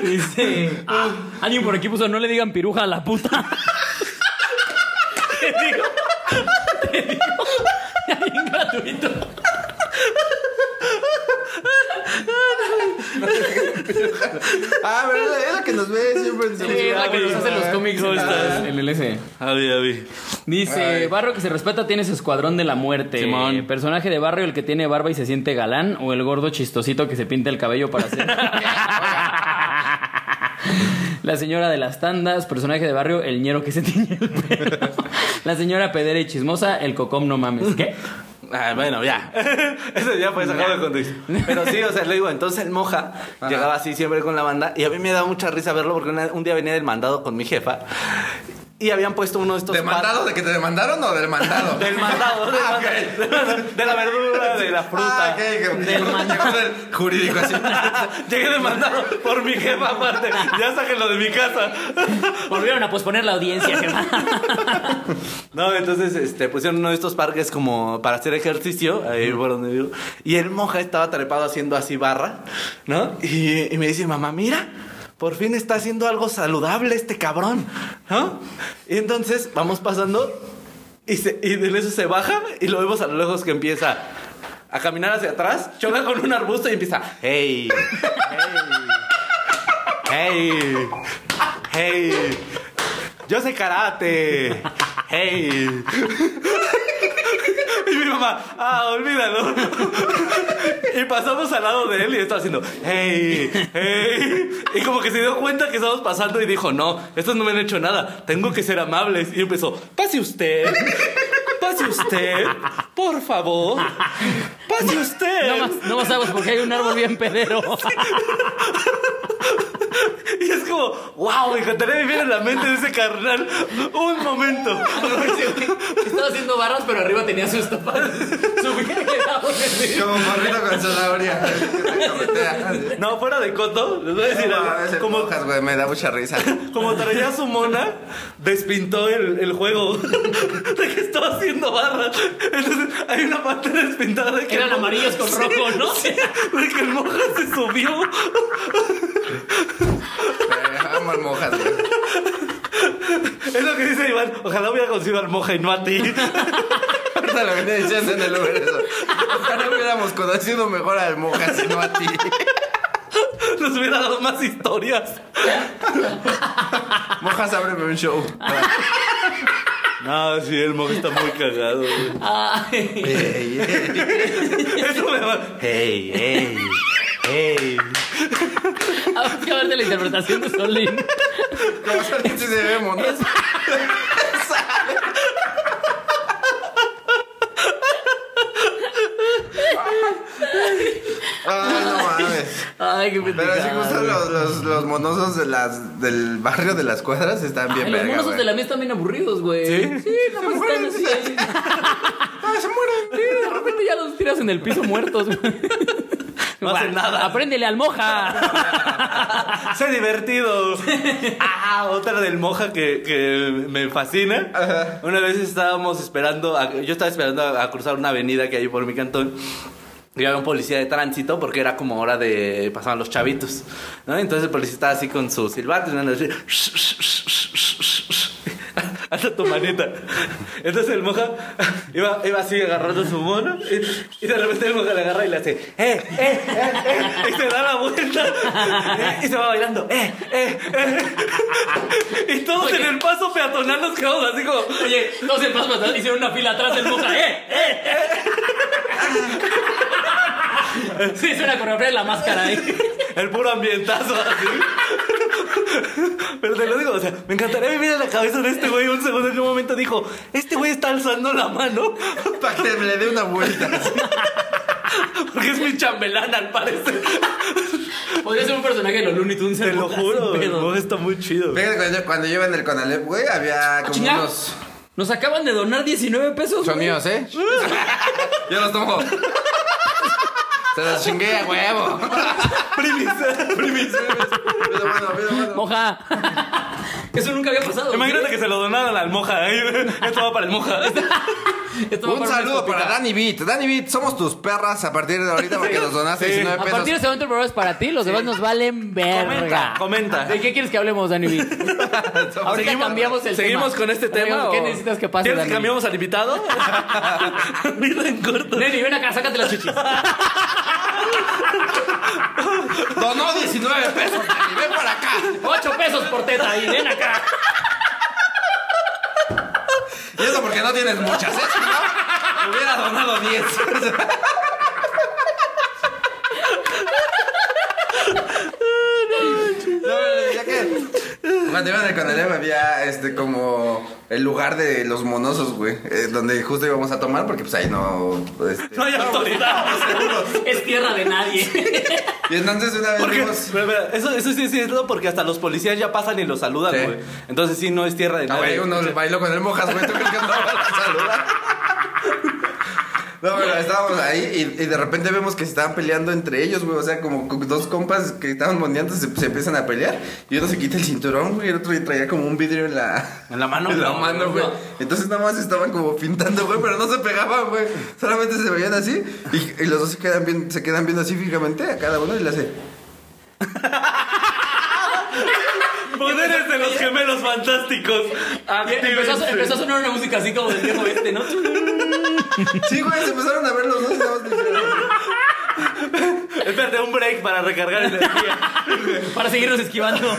Dice. ah, alguien por aquí puso, no le digan piruja a la puta. Te digo. Te digo. ya Bien gratuito.
Ah, pero es la- es la que nos ve siempre en su-
Es la que nos hace los cómics estas. En el S.
Avi, avi.
Dice, barrio que se respeta tienes escuadrón de la muerte.
Simón.
Personaje de barrio el que tiene barba y se siente galán o el gordo chistosito que se pinta el cabello para hacer... La señora de las tandas, personaje de barrio, el ñero que se tiñe el pelo. La señora pedera y chismosa, el cocom no mames. ¿Qué?
Ah, bueno, ya. Eso ya fue sacado de contexto. Pero sí, o sea, le digo, entonces el moja llegaba así siempre con la banda y a mí me daba mucha risa verlo porque una- un día venía del mandado con mi jefa y habían puesto uno de estos...
¿Demandado de que te demandaron o del mandado?
par- Del mandado, del
Ah,
mandado, de la verdura, de la fruta.
Ah, ok, ok.
Del mandado.
Llegó del jurídico así.
Llegué demandado por mi jefa aparte. Ya sáquenlo de mi casa.
Volvieron a posponer la audiencia, Germán.
No, entonces este, pusieron uno de estos parques como para hacer ejercicio, ahí por donde vivo. Y el moja estaba trepado haciendo así barra, ¿no? Y, y me dice, mamá, mira, por fin está haciendo algo saludable este cabrón, ¿no? Y entonces vamos pasando y, se, y de eso se baja y lo vemos a lo lejos que empieza a caminar hacia atrás, choca con un arbusto y empieza, hey, hey, hey, hey. Yo sé karate. Hey. Y mi mamá, ah, olvídalo. Y pasamos al lado de él y estaba haciendo, hey, hey. Y como que se dio cuenta que estábamos pasando y dijo, no, estos no me han hecho nada, tengo que ser amables. Y empezó, pase usted, pase usted, por favor, pase usted.
No más, no más sabes porque hay un árbol bien pedero.
Y es como, wow, me encantaría vivir en la mente de ese carnal un momento.
Estaba haciendo barras, pero arriba tenía su estopa. Su
Como morrito con zanahoria. así que te cabotea.
No, fuera de coto, les voy a decir
No, a veces
algo. Como,
mojas, güey, me da mucha risa.
como traía su mona, despintó el, el juego de que estaba haciendo barra. Entonces hay una parte despintada de que
Eran
el mo-
amarillos con rojo, ¿no?
de que el moja se subió.
Eh, Amo al mojas, güey.
Es lo que dice Iván. Ojalá hubiera conseguido al moja y no a ti.
Ahorita lo venía diciendo en el Uber eso. Ojalá hubiéramos conocido mejor al mojas y no a ti.
Nos hubiera dado más historias.
Mojas, ábreme un show.
No, sí, el moja está muy cagado. güey.
Ay.
Ey, ey.
Eso me va. Hey, hey, hey.
Ahora sí, a ver de ah, la interpretación de Solín.
Como solamente se ve mono. Ay, Ah, no mames.
Ay, qué
Pero
pendejada.
si gustan los, los, los monosos de las, del barrio de las cuadras están bien
Ay, los
verga,
monos
güey.
de la mía están bien aburridos, güey.
¿Sí?
Sí, nada más están así. ahí.
Ah, se mueren.
Sí, de repente ya los tiras en el piso muertos, güey.
No hacen
Guau,
nada.
Apréndele al moja.
Se ha divertido. Ah, otra del moja que, que me fascina. Una vez estábamos esperando, a- yo estaba esperando a, a cruzar una avenida que hay por mi cantón. Y había un policía de tránsito porque era como hora de pasaban los chavitos, ¿no? Entonces el policía estaba así con su silbato y andaba así, Hasta tu manita. Entonces el moja iba, iba así agarrando su mono y, y de repente el moja le agarra y le hace, ¡eh, eh, eh, eh", Y se da la vuelta y se va bailando, ¡eh, eh, eh". Y todos en el paso peatonal nos quedamos así como,
Oye, no se pasan atrás, hicieron una fila atrás del moja. ¡Eh! ¡Eh! ¡Eh! Sí, es una coreografía de la máscara, ¿eh?
El puro ambientazo así. Pero te lo digo, o sea, me encantaría vivir en la cabeza de este güey un segundo en un momento dijo, este güey está alzando la mano
Para que me le dé una vuelta.
porque es mi chambelán al parecer.
Podría ser un personaje de los Looney Tunes.
Te
el
lo
Moja,
juro,
sin
el
pedo.
mojo está muy chido.
Fíjate, cuando yo, cuando yo iba en el Conalep, güey, había como
Chinga.
unos.
Nos acaban de donar 19 pesos.
Son
güey.
míos, ¿eh? yo los tomo. Se los chingué a huevo.
Primis.
Pero bueno, pero bueno.
Moja. Eso nunca había pasado. güey.
Imagínate que se lo donaran al moja. ¿eh? Esto va para el moja.
Esto va para
Un
una
saludo
escopeta.
para Dani Beat. Dani Beat, somos tus perras a partir de ahorita porque nos donaste
Sí.
19
A
pesos.
partir de este momento el programa es para ti, los demás nos valen verga.
Comenta, comenta.
¿De qué quieres que hablemos, Dani? B? Ahorita
Seguimos-
cambiamos el
Seguimos
tema.
con este tema.
Amigos, ¿Qué
o-
necesitas que pase,
¿Quieres que
Dani?
cambiamos al invitado? Mira en corto.
Neni, ven acá, sácate las chichis.
Donó 19 pesos, Dani, ven para acá.
Ocho pesos por teta y ven acá.
Y eso porque no tienes muchas, ¿eh? Si no, hubiera donado 10. No, pero ya que- Cuando iba en el Conalep había este como el lugar de los monosos, güey, eh, donde justo íbamos a tomar porque pues ahí no este,
No hay autoridad.
Es tierra de nadie.
Y entonces una vez
Porque,
vimos
pero, pero, eso, eso sí es cierto porque hasta los policías ya pasan y los saludan,
Sí.
güey. Entonces sí, no es tierra de
No, Ah, güey,
nadie.
uno le bailó con el mojas, güey. ¿Tú crees que no va a saludar? No, pero estábamos ahí y, y de repente vemos que se estaban peleando entre ellos, güey. O sea, como co- dos compas que estaban mondeando se, se empiezan a pelear. Y uno se quita el cinturón, güey. Y el otro traía como un vidrio en la,
En la mano.
en la
No,
mano, güey.
no.
Entonces nada más estaban como pintando, güey, pero no se pegaban, güey. Solamente se veían así. Y, y los dos se quedan, bien- se quedan viendo así fijamente a cada uno y le hace.
Poderes de los gemelos fantásticos.
Ah,
Ah,
empezó, a,
Actívense.
empezó a sonar una música así como del viejo este, ¿no?
Sí, güey, se empezaron a ver los dos y nada más le hicieron así.
Espérate, un break para recargar energía.
Para seguirnos esquivando.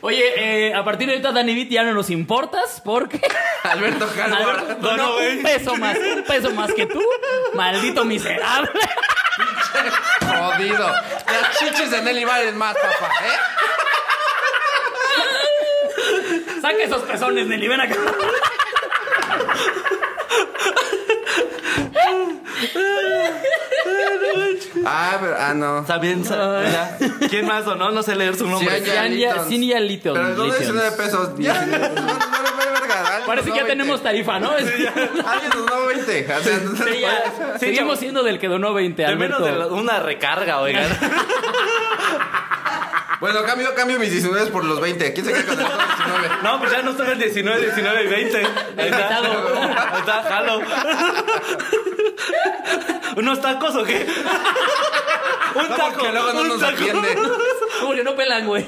Oye, eh, a partir de ahorita, Dani Beat, ya no nos importas porque
Alberto Calvo.
Alberto
No, no,
donó
güey.
un peso más, un peso más que tú. Maldito miserable.
Jodido. Las chichis de Nelly valen más, papá, ¿eh?
Saca esos pezones, Nelly, ven acá.
Ah, pero, ah, no.
Está bien, sa- ¿verdad? ¿Quién más o no? No sé leer su nombre.
Sí,
Yan- ya- Sin y alitos,
Pero no
litions.
19 pesos. Ya, no, no, no, vale verga. Alguien
Parece
nos
que ya
da
tenemos
20.
tarifa, ¿no? Es-
Alguien nos da 20. O sea, entonces,
Sí, ya.
Sí, chavo.
Seguimos siendo del que donó 20,
Al menos
Alberto.
de la- una recarga, oigan.
Bueno, cambio, cambio mis 19 por los 20. ¿Quién se queda con el otro 19?
No, pues ya nos toca el 19, 19 y 20. Ahí está.
Invitado.
Ahí está, jalo. ¿Unos tacos o qué? Un
No,
taco.
porque luego no
un
nos
taco.
atiende.
Como que no pelan, güey.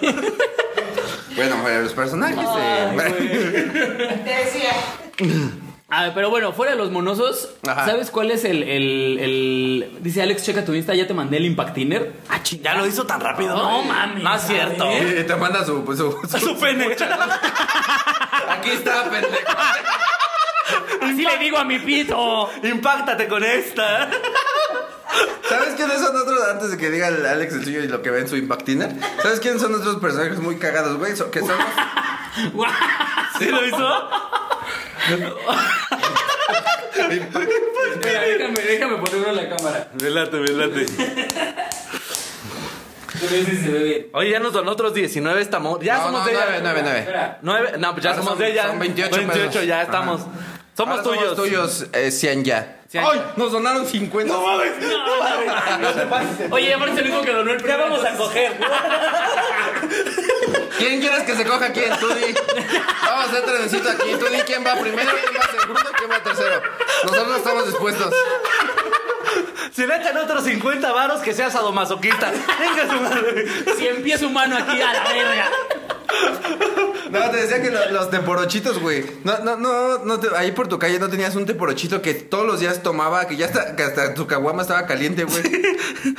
Bueno, para los personajes. eh,
Te decía.
A ver, pero bueno, fuera de los monosos,
Ajá.
¿sabes cuál es el, el, el- Dice Alex, checa tu Insta, ya te mandé el Impactiner. Ah,
Ya
chingada.
lo hizo tan rápido.
No mames.
No es cierto.
¿Eh?
Y te manda su, pues, su, su-
Su pene.
Aquí está, pendejo.
Así le digo a mi pito.
Impáctate con esta.
¿Sabes quiénes son otros? Antes de que diga el Alex el suyo y lo que ve en su Impactiner. ¿Sabes quiénes son otros personajes muy cagados, güey? So- Que son los-
Guau.
¿Sí lo hizo?
Espera, déjame, déjame ponerlo en la cámara.
Velate, velate.
A ver si se ve bien.
Oye, ya nos donó otros 19 estamos. Ya
No,
somos
no,
de ella.
nueve, nueve, nueve.
Espera.
Nueve- No, pues ya
Ahora
somos
son-
de ella.
son 28 pesos.
ya
Ajá.
estamos. Somos
Ahora
tuyos.
Somos tuyos, eh, 100 ya.
Cien.
¡Ay! Nos donaron 50.
No mames. No mames. No te pases.
Oye, ya parece el mismo que donó el
Ya
primero.
vamos a
entonces.
coger.
¿Quién quieres que se coja a quién? Tú di. Vamos a hacer trenecito aquí. Tú di quién va primero, quién va segundo, quién va tercero. Nosotros estamos dispuestos.
Si le echan otros 50 varos, que seas sadomasoquista. Venga, su madre.
Si empieza humano aquí a la verga.
No, te decía que lo- los teporochitos, güey. No, no, no, no te- ahí por tu calle no tenías un teporochito que todos los días tomaba, que ya hasta, que hasta tu caguama estaba caliente, güey.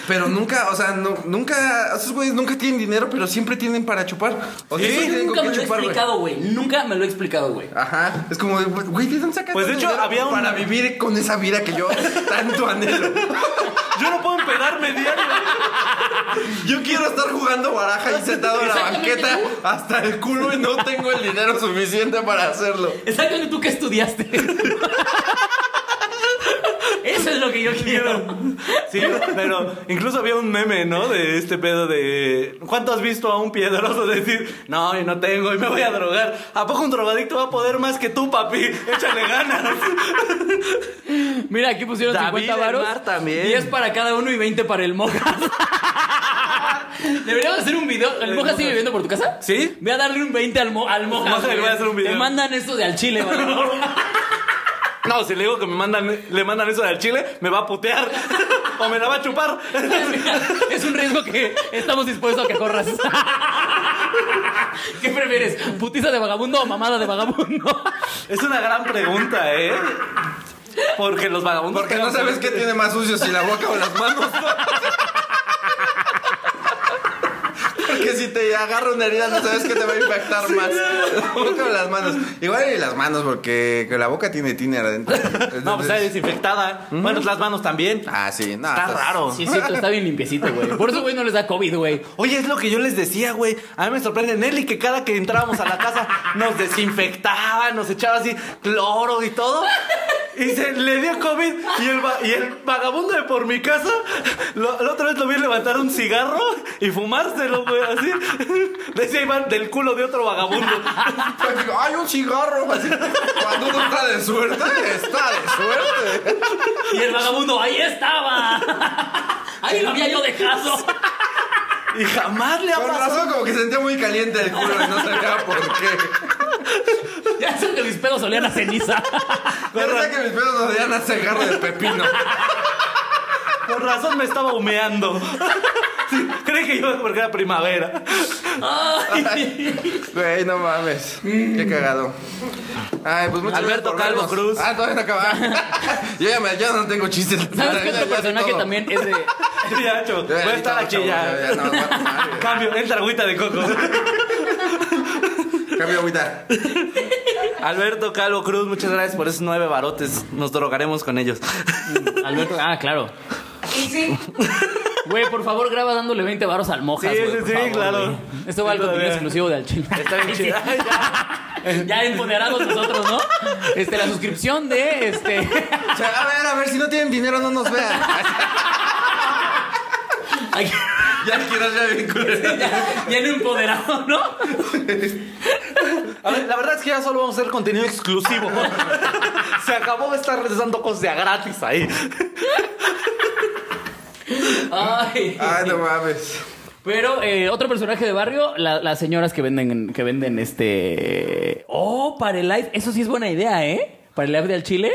Pero nunca, o sea, no, nunca, esos güeyes nunca tienen dinero, pero siempre tienen para chupar. O sea, siempre tienen con
Nunca me
qué
lo he
güey.
explicado, güey. Nunca me lo he explicado, güey.
Ajá, es como, de, güey, ¿de dónde sacas
Pues, de
tanto
hecho,
dinero
había un-
Para vivir con esa vida que yo tanto anhelo.
Yo no puedo empedarme diario.
Yo quiero estar jugando baraja y sentado en la
Exactamente.
banqueta hasta el culo y no tengo el dinero suficiente para hacerlo.
Exactamente tú que estudiaste. Eso es lo que yo quiero.
Sí, pero incluso había un meme, ¿no? De este pedo de. ¿Cuánto has visto a un piedroso decir, no, y no tengo, y me voy a drogar? ¿A poco un drogadicto va a poder más que tú, papi? Échale ganas.
Mira, aquí pusieron
David
50 varos.
Elmar también.
10 para cada uno y 20 para el Mojas. Deberíamos hacer un video. ¿El
El
Mojas sigue
Mojas.
viviendo por tu casa?
¿Sí?
Ve a darle un 20 al, mo al Mojas.
Mojas, le
güey.
voy a hacer un video.
Te mandan esto de al chile, güey.
No, si le digo que me mandan, le mandan eso al chile, me va a putear. O me la va a chupar.
Mira, es un riesgo que estamos dispuestos a que corras. ¿Qué prefieres? ¿Putiza de vagabundo o mamada de vagabundo?
Es una gran pregunta, ¿eh? Porque los vagabundos.
Porque no sabes qué tiene más sucio, si la boca o las manos. Porque si te agarra una herida, no sabes qué te va a impactar más. La boca o las manos. Igual y las manos, porque que la boca tiene tiner adentro.
No, pues está
Entonces-
desinfectada. Bueno, las manos también.
Ah, sí, no.
Está
estás-
raro.
Sí, es cierto, está bien limpiecito, güey. Por eso, güey, no les da COVID, güey.
Oye, es lo que yo les decía, güey. A mí me sorprende Nelly que cada que entrábamos a la casa nos desinfectaba, nos echaba así cloro y todo. Y se le dio COVID y el, va- y el vagabundo de por mi casa, lo- la otra vez lo vi levantar un cigarro y fumárselo, güey, así. Decía Iván, del culo de otro vagabundo.
pues, Digo, Hay un cigarro. Así, Cuando uno está de suerte, está de suerte.
Y el vagabundo, ahí estaba. Ahí lo había yo dejado.
Y jamás le ha
Con
pasado.
razón, como que sentía muy caliente el culo y no sabía por qué.
Ya sé que mis pedos olían a ceniza.
Pero sé que mis pedos odian a cigarro de pepino.
Por razón me estaba humeando. Sí, Creí que yo porque era primavera.
Ay.
Güey, no mames. Qué cagado. Ay, pues muchas
Alberto
gracias
Calvo
por vernos.
Cruz.
Ah, todavía no acaba. Yo ya, me- ya no tengo chistes.
¿Sabes qué
Ya- ya-
otro
ya
personaje
todo.
también es de.
Ya, cho,
Ya,
voy a estar
todo,
aquí
chavo,
ya.
ya, ya, no, voy a tomar, ya.
Cambio, entra agüita de coco.
Cambio agüita.
Alberto Calvo Cruz, muchas gracias por esos nueve barotes. Nos drogaremos con ellos.
Alberto, ah, claro.
Y sí,
Güey, por favor, graba dándole 20 varos al mojas.
Sí,
güey,
sí,
por
sí,
favor,
claro.
güey. Esto va al contenido
Todavía.
exclusivo de Al Chile.
Está bien chido. Ay, ya.
Ya empoderados nosotros, ¿no? Este, la suscripción de este.
O sea, a ver, a ver, si no tienen dinero, no nos vean.
Ay,
Ya quiero ya vincular.
ya, ya no empoderado, ¿no?
A ver, la verdad es que ya solo vamos a hacer contenido exclusivo. Se acabó de estar rezando cosas de a gratis ahí.
Ay.
Ay, no mames.
Pero eh, otro personaje de barrio, la- las señoras que venden, que venden este. Oh, para el live. Eso sí es buena idea, ¿eh? Para el live de al Chile.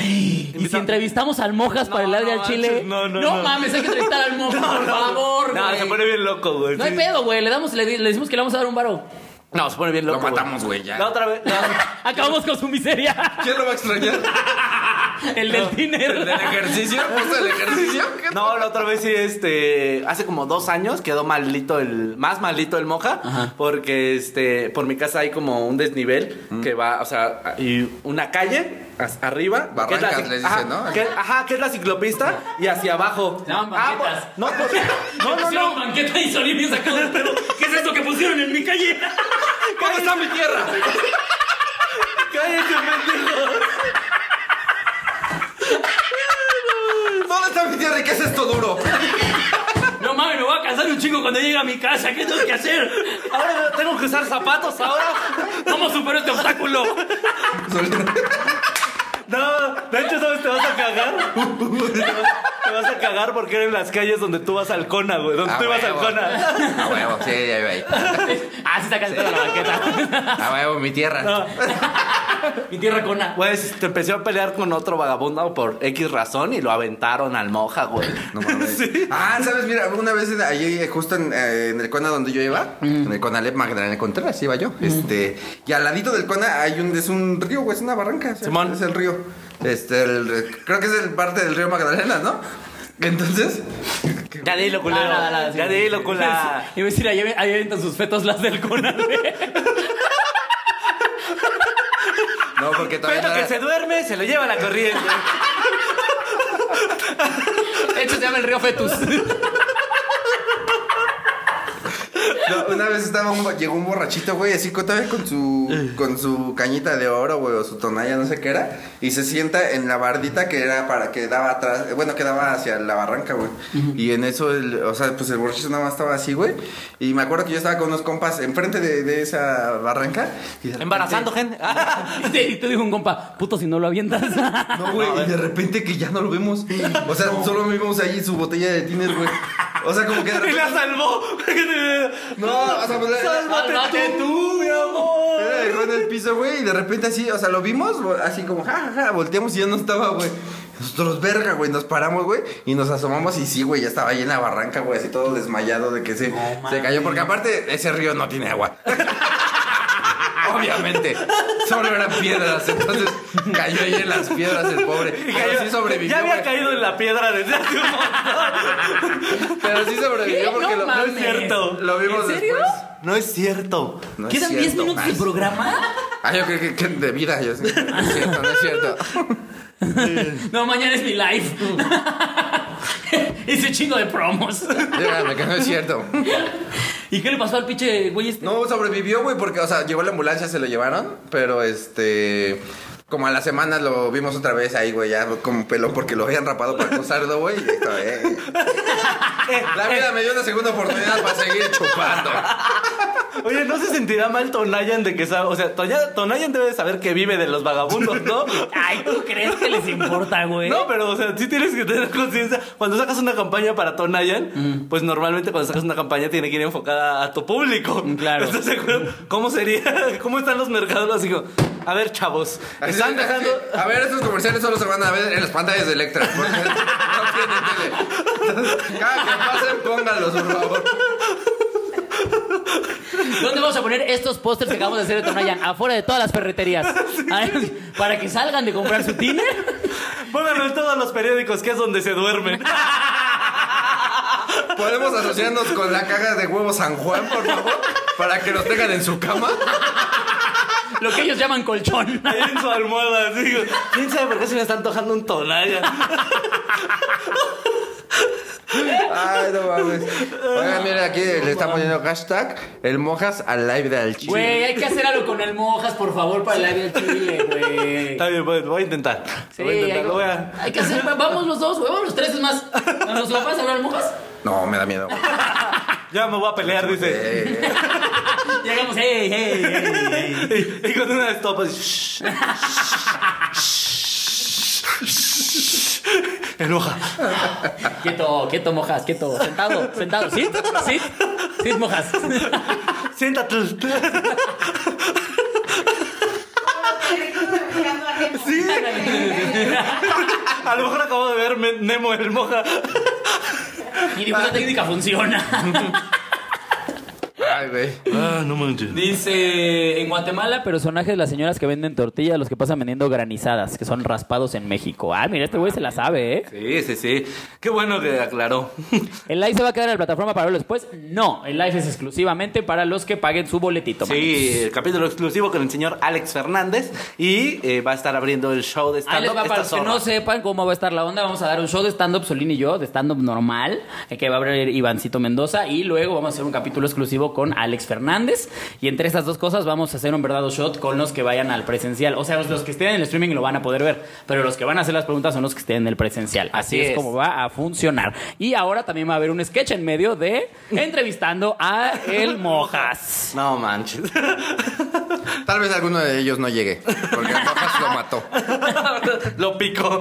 Y si entrevistamos al Mojas para el
No,
live de
no
al Chile.
manches, no, no, no.
mames, hay que entrevistar al Mojas, por favor.
No,
güey.
se pone bien loco, güey.
No hay
Sí.
pedo, güey. Le, damos, le, di- le decimos que le vamos a dar un varo.
No, se pone bien
Lo
loco.
matamos, güey, ya.
La otra vez. la-
Acabamos con su miseria.
¿Quién lo va a extrañar?
El del
¿El
dinero.
del ejercicio? ¿Pues el ejercicio? ¿Qué
No, la otra vez sí, este, hace como dos años quedó malito el, más malito el moja, porque este, por mi casa hay como un desnivel
Mm.
que va, o sea, y una calle as- arriba, que es la
Barrancas,
cic-
les dicen,
ajá,
¿no?
Que, ajá, que es la ciclopista y hacia abajo.
Se llaman
Ah,
banquetas.
pues, no, pues, no, no,
Pusieron
no.
banqueta y salí bien sacado del pedo. ¿Qué es esto que pusieron en mi calle?
¿Cómo está mi tierra? Cállate, pendejo.
¿Dónde está mi tierra y qué es esto duro?
No mames, me voy a cansar un chingo cuando llegue a mi casa. ¿Qué tengo que hacer?
Ahora tengo que usar zapatos ahora.
¿Cómo supero este obstáculo?
No, de hecho, ¿sabes? Te vas a cagar. Te vas a cagar porque eran las calles donde tú vas al Cona, güey. Donde
Ah,
tú ibas al
huevo.
Cona.
A huevo, sí, ahí va.
Ah, sí, sacaste toda la banqueta.
A huevo, mi tierra.
No.
Mi tierra cona.
Güey, se se empezó a pelear con otro vagabundo por X razón y lo aventaron al moja, güey.
No mames.
Sí.
Ah, ¿sabes? Mira, una vez en- allí, eh, justo en, eh, en el CONA donde yo iba, en el CONALEP Magdalena Contreras iba yo, este, y al ladito del CONA hay un, es un río, güey, es una barranca. o sea,
Simón.
Es el río. Este, el- creo que es el parte del río Magdalena, ¿no? Entonces,
Ya dilo, culero.
Ah, no, no, sí.
ya dilo, culera.
Iba a decir, ahí ahí avientan sus fetos las del cona.
no, porque todavía
Pero
no
que
era-
se duerme, se lo lleva la corriente.
De hecho, se llama el río Fetus.
No, una vez estaba un- llegó un borrachito, güey, así con- todavía con su con su cañita de oro, güey, o su tonalla, no sé qué era, y se sienta en la bardita que era para que daba atrás, eh, bueno, que daba hacia la barranca, güey. Y en eso el- o sea, pues el borrachito nada más estaba así, güey, y me acuerdo que yo estaba con unos compas enfrente de, de esa barranca y de repente-
Embarazando gente.
Y te, y te dijo un compa, puto, si no lo avientas.
No, güey, y de repente que ya no lo vemos. O sea, solo vimos ahí su botella de tiner, güey. O sea, como que de
Y
repente
la salvó.
No, o sea, pues, era-
Sálvate tú, mi amor.
Era de en el piso, güey, y de repente así, o sea, lo vimos, vo- así como, ja, ja, ja, volteamos y ya no estaba, güey. Nosotros, verga, güey, nos paramos, güey, y nos asomamos y sí, güey, ya estaba ahí en la barranca, güey, así todo desmayado de que se, se cayó, porque aparte ese río no tiene agua. Obviamente, solo eran piedras, entonces cayó ahí en las piedras el pobre. Pero sí sobrevivió,
ya había
güey.
caído en la piedra desde hace un
Pero sí sobrevivió
¿Qué? No
porque lo,
mames.
es cierto.
lo vimos
¿En serio?
después.
No es cierto.
No es
¿Quedan 10
cierto,
minutos
ah,
de programa?
Ah, yo creo que, que de vida, yo sí. No es cierto, no es cierto.
No, mañana es mi live. Hice chingo de promos.
Dígame que no es cierto.
¿Y qué le pasó al pinche güey este?
No, sobrevivió, güey, porque, o sea, llegó la ambulancia, se lo llevaron, pero este. Como a la semana lo vimos otra vez ahí, güey, ya como pelón porque lo habían rapado para acosarlo, güey. y estaba, eh. La vida me dio una segunda oportunidad para seguir chupando.
Oye, ¿no se sentirá mal Tonayan de que sabe? O sea, Toña- Tonayan debe de saber que vive de los vagabundos, ¿no?
Ay, ¿tú crees que les importa, güey?
No, pero, o sea, sí tienes que tener conciencia. Cuando sacas una campaña para
Mm.
Tonayan, pues normalmente cuando sacas una campaña tiene que ir enfocada a tu público.
Mm, claro.
¿Estás de acuerdo? ¿Cómo sería? ¿Cómo están los mercados? Así como, a ver, chavos, están dejando.
A ver, estos comerciales solo se van a ver en las pantallas de Electra. porque No tienen tele. Entonces, Cada que pasen, póngalos, por favor.
¿Dónde vamos a poner estos pósters que acabamos de hacer de Tonayan? Afuera de todas las ferreterías. Ay, Para que salgan de comprar su tiner.
Pónganlo en todos los periódicos, que es donde se duermen.
¿Podemos asociarnos con la caja de huevos San Juan, por favor? Para que los tengan en su cama.
Lo que ellos llaman colchón.
Ahí en su almohada, así. como, ¿Quién sabe por qué se me está antojando un Tonayan?
Ay, no mames. Oigan, mira, aquí le está poniendo hashtag el mojas al live de al chile.
Güey, hay que hacer algo con el Mojas, por favor, para el live del Chile, güey.
Está bien, pues voy a intentar.
Sí,
voy a
hay,
intentar, lo voy a-
hay que hacer. Vamos los dos, güey. Vamos los tres, es más. ¿Nos lo vas a ver al Mojas?
No, me da miedo. güey.
Ya me voy a pelear, dice.
Eh,
Llegamos, hey, hey, hey, hey.
Y, y con una estopa. así, "Shh, shh, shh". Enoja.
Quieto, quieto, mojas, quieto. Sentado, sentado. ¿Sí? ¿Sí? ¿Sí, mojas?
Siéntate.
Sí.
A lo mejor acabo de ver Me- Nemo el moja.
Y digo, esa técnica funciona.
Ay, güey.
Ah, no manches.
Dice, en Guatemala, personajes de las señoras que venden tortillas, los que pasan vendiendo granizadas, que son raspados en México. Ah, mira, este güey se la sabe, ¿eh?
Sí, sí, sí. Qué bueno que aclaró.
¿El live se va a quedar en la plataforma para verlo después? No, el live es exclusivamente para los que paguen su boletito.
Sí, el capítulo exclusivo con el señor Alex Fernández. Y eh, va a estar abriendo el show de
Ahí
stand-up.
les va, para
esta
los que
zorra.
no sepan cómo va a estar la onda, vamos a dar un show de stand-up Solín y yo, de stand-up normal, eh, que va a abrir Ivancito Mendoza, y luego vamos a hacer un capítulo exclusivo con Alex Fernández, y entre estas dos cosas vamos a hacer un verdadero shot con los que vayan al presencial, o sea, los, los que estén en el streaming lo van a poder ver, pero los que van a hacer las preguntas son los que estén en el presencial, así,
Así
es.
es.
como va a funcionar. Y ahora también va a haber un sketch en medio de entrevistando a El Mojas.
No manches.
Tal vez alguno de ellos no llegue. Porque el mojas lo mató.
Lo pico.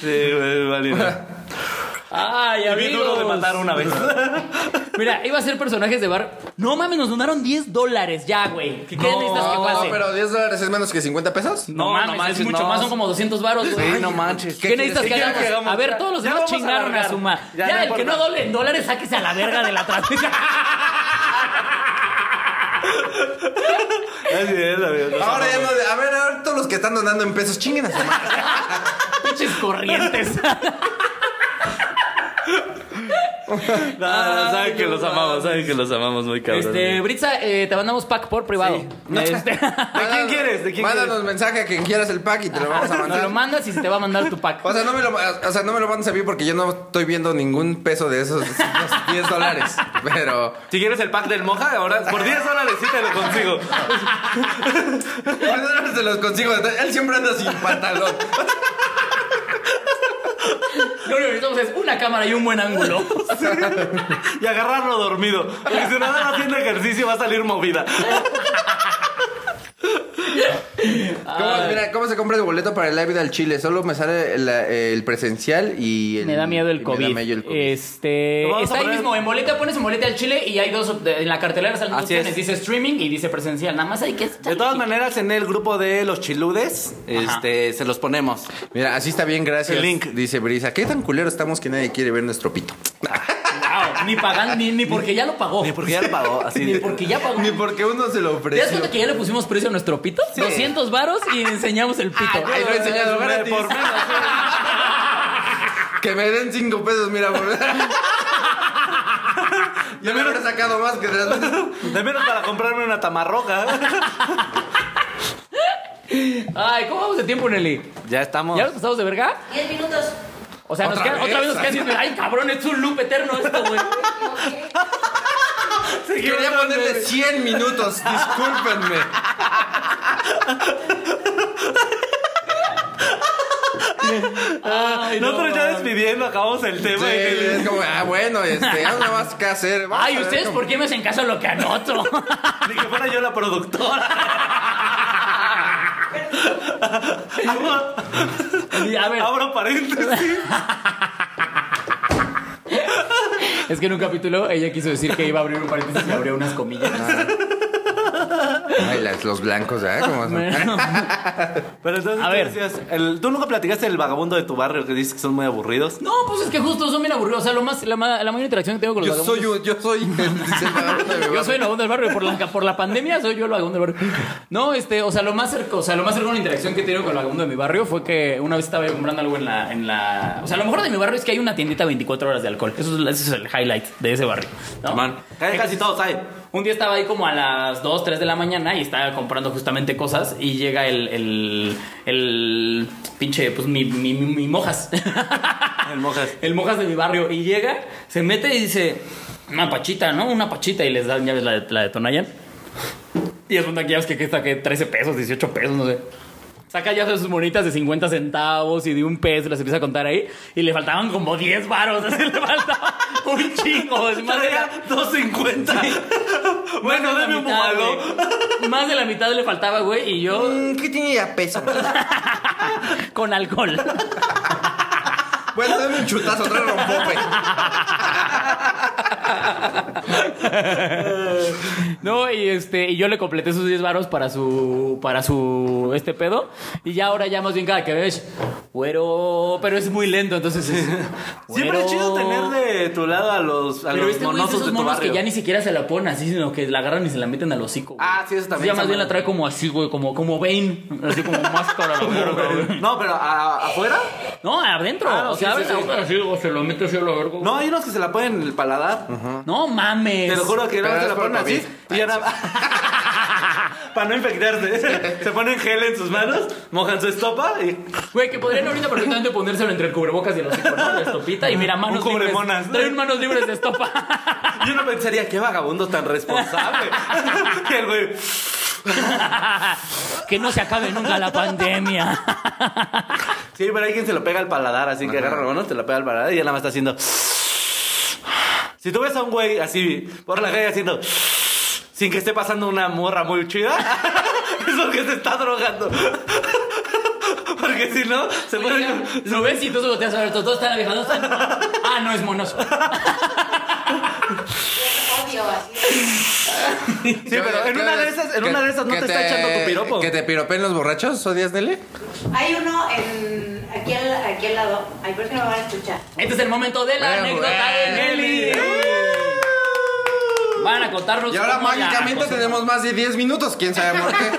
sí, güey, vale.
Ay,
Bien duro de matar una vez.
Mira, iba a ser personajes de bar. No mames, nos donaron 10 dólares ya, güey. ¿Qué qué
No,
necesitas que
no, pues
pase?
No, pero 10 dólares es menos que 50 pesos.
No, mames, es mucho más, son como 200 varos, güey.
no manches.
¿Qué,
¿Qué
necesitas que
quieres?
hagamos?
¿Qué hagamos?
A ver, todos los
Ya
demás
vamos a
chingaron a
alargar.
su madre.
Ya,
Ya,
no
el que
importa.
no doble en dólares, sáquese a la verga de la transmisión.
Así es, amigo. no
Ahora ya
sabemos.
Pues no. A ver, a ver, todos los que están donando en pesos, chinguen a su madre.
Pinches corrientes.
No, no, saben
Ay,
que
no
los amamos, saben que los amamos muy cabrón.
Este, Britza, eh, te mandamos pack por privado. Este,
¿De quién quieres? ¿De quién
Mándanos mensaje a quien quieras el pack y te lo vamos a
nos
mandar.
lo mandas y se te va a mandar tu pack.
O sea, no me lo, o sea, no me lo mandes a mí porque yo no estoy viendo ningún peso de esos esos 10 dólares. Pero.
Si quieres el pack del moja, ahora por 10 dólares sí te lo consigo.
¿Por dólares se los consigo? Él siempre anda sin pantalón.
Lo único que necesitamos es una cámara y un buen ángulo.
Y agarrarlo dormido. Porque si no nada haciendo ejercicio va a salir movida.
¿Cómo,
Ah.
mira, ¿cómo se compra el boleto para el live del Chile? Solo me sale el, eh, el presencial y el.
Me da miedo
y
el
me
COVID.
da miedo el COVID.
Este.
Lo vamos
Está
a
ahí
poner-
mismo, en boleta pones en boleta al chile y hay dos. de- En la cartelera salen dos
Así es.
opciones. Dice streaming y dice presencial. Nada más hay que.
De todas maneras, en el grupo de los chiludes, este, se los ponemos.
Mira, así está bien, gracias.
El link.
Dice Brisa. ¿Qué tan culero estamos que nadie quiere ver nuestro pito?
Wow, ni pagan, ni, ni porque ya lo pagó.
Oh. Ni porque ya lo pagó, así.
Ni porque ya pagó.
Ni porque uno se lo
¿Te das
ofreció.
cuenta que ya le pusimos precio a nuestro pito? 200 varos y enseñamos el pito.
Ay, lo he enseñado
Por
gratis.
menos.
Que me den 5 pesos, mira, por... Yo me habré sacado más que de las veces.
De menos para comprarme una tamarroca.
Ay, ¿cómo vamos de tiempo, Nelly?
Ya estamos.
¿Ya nos pasamos de verga?
10 minutos.
O sea, nos
¿Otra
queda- otra vez
vez?
nos quedan diciendo, ay, cabrón, es un loop eterno esto, güey.
Quería ponerle 100 minutos, discúlpenme.
Ay, no,
Nosotros ya despidiendo, acabamos el tema.
Sí,
y-
es como, ah, bueno, este, ya no más que hacer. Vamos
Ay,
a ver
¿ustedes
cómo-
por qué me hacen caso a lo que anoto?
Ni que fuera yo la productora.
Y, a ver,
Abro paréntesis.
es que en un capítulo ella quiso decir que iba a abrir un paréntesis y abrió unas comillas.
Ah, Ay, las- los blancos, ¿eh? Como son.
Pero entonces,
A
tú
ver.
decías, el- ¿tú nunca platicaste del vagabundo de tu barrio que dices que son muy aburridos?
No, pues es que justo son bien aburridos. O sea, lo más, la, ma- la mayor interacción que tengo con los
Yo
vagabundos-
soy, un- yo soy el vagabundo de mi barrio.
Yo soy el vagabundo del barrio. Por la, por la pandemia soy yo el vagabundo del barrio. No, este, o sea, lo más cerca, o sea, lo más cercano a una interacción que he tenido con el vagabundo de mi barrio fue que una vez estaba yo comprando algo en la, en la. O sea, lo mejor de mi barrio es que hay una tiendita 24 horas de alcohol. Eso es, ese es el highlight de ese barrio. ¿no?
Man, casi, casi todos hay.
Un día estaba ahí como a las 2, 3 de la mañana y estaba comprando justamente cosas y llega el, el, el pinche, pues mi, mi, mi- mi mojas.
El mojas.
el mojas de mi barrio y llega, se mete y dice, una pachita, ¿no? Una pachita y les dan, ya ves, la de, la de Tonayan. Y es una que ya ves que cuesta que 13 pesos, 18 pesos, no sé. Saca ya sus monitas de 50 centavos y de un peso, y las empieza a contar ahí. Y le faltaban como 10 varos, así le faltaba un chingo. es más de la-
250. bueno,
más de la
dame un
mitad,
bubalo.
güey. Más de la mitad le faltaba, güey, y yo
Mm, ¿Qué tiene ya peso?
con alcohol.
Bueno, dame un chutazo, trae rompope.
No, y este, y yo le completé sus 10 varos para su. para su. este pedo. Y ya ahora ya más bien cada que ves. Güero. Pero es muy lento, entonces. es, "Güero".
Siempre es chido tener de tu lado a los, a
Pero este güey
los
es de
monosos
esos
de tu
monos
barrio.
que ya ni siquiera se la ponen así, sino que la agarran y se la meten al hocico. güey.
Ah, sí, eso también
Ya
está
más bien
mal.
la trae como así, güey, como, como Bane. Así como máscara, la verga, güey.
No, pero ¿a- afuera.
No, adentro.
Ah, no,
o sea,
sí,
abres
sí,
la
sí.
boca así, o se lo mete así a la verga.
No, hay unos que se la ponen en el paladar.
No mames.
Te lo juro que no
Pero
se
es
la
por
ponen así.
COVID.
Y ya nada- Para no infectarse. se ponen gel en sus manos, mojan su estopa y.
Güey, que podrían ahorita perfectamente ponérselo entre el cubrebocas y el hocico, ¿no? La estopita y mira, manos
Un cubremonas.
libres. Trae un manos libres de estopa.
Yo no pensaría qué vagabundo tan responsable. que el güey.
que no se acabe nunca la pandemia.
Sí, pero alguien se lo pega al paladar, así que agarra la mano, te la pega al paladar y ya nada más está haciendo. Si tú ves a un güey así por la calle haciendo. Sin que esté pasando una morra muy chida, es porque se está drogando. Porque si no, se pone.
Oigan, Lo ves y tú solo te vas a ver, todos están avijados. Ah, no, es monos.
Sí, pero en una de esas, en una de esas no te, está echando tu piropo.
¿Que te piropen los borrachos? ¿Odias, Nelly?
Hay uno en, aquí, al, aquí al lado. Ay, pero es que no me van a escuchar.
Este es el momento de la
Bueno,
anécdota de
bueno.
Nelly. Van a contarnos.
Y ahora
cómo la
mágicamente
acosaron.
tenemos más de 10 minutos, quién sabe por qué.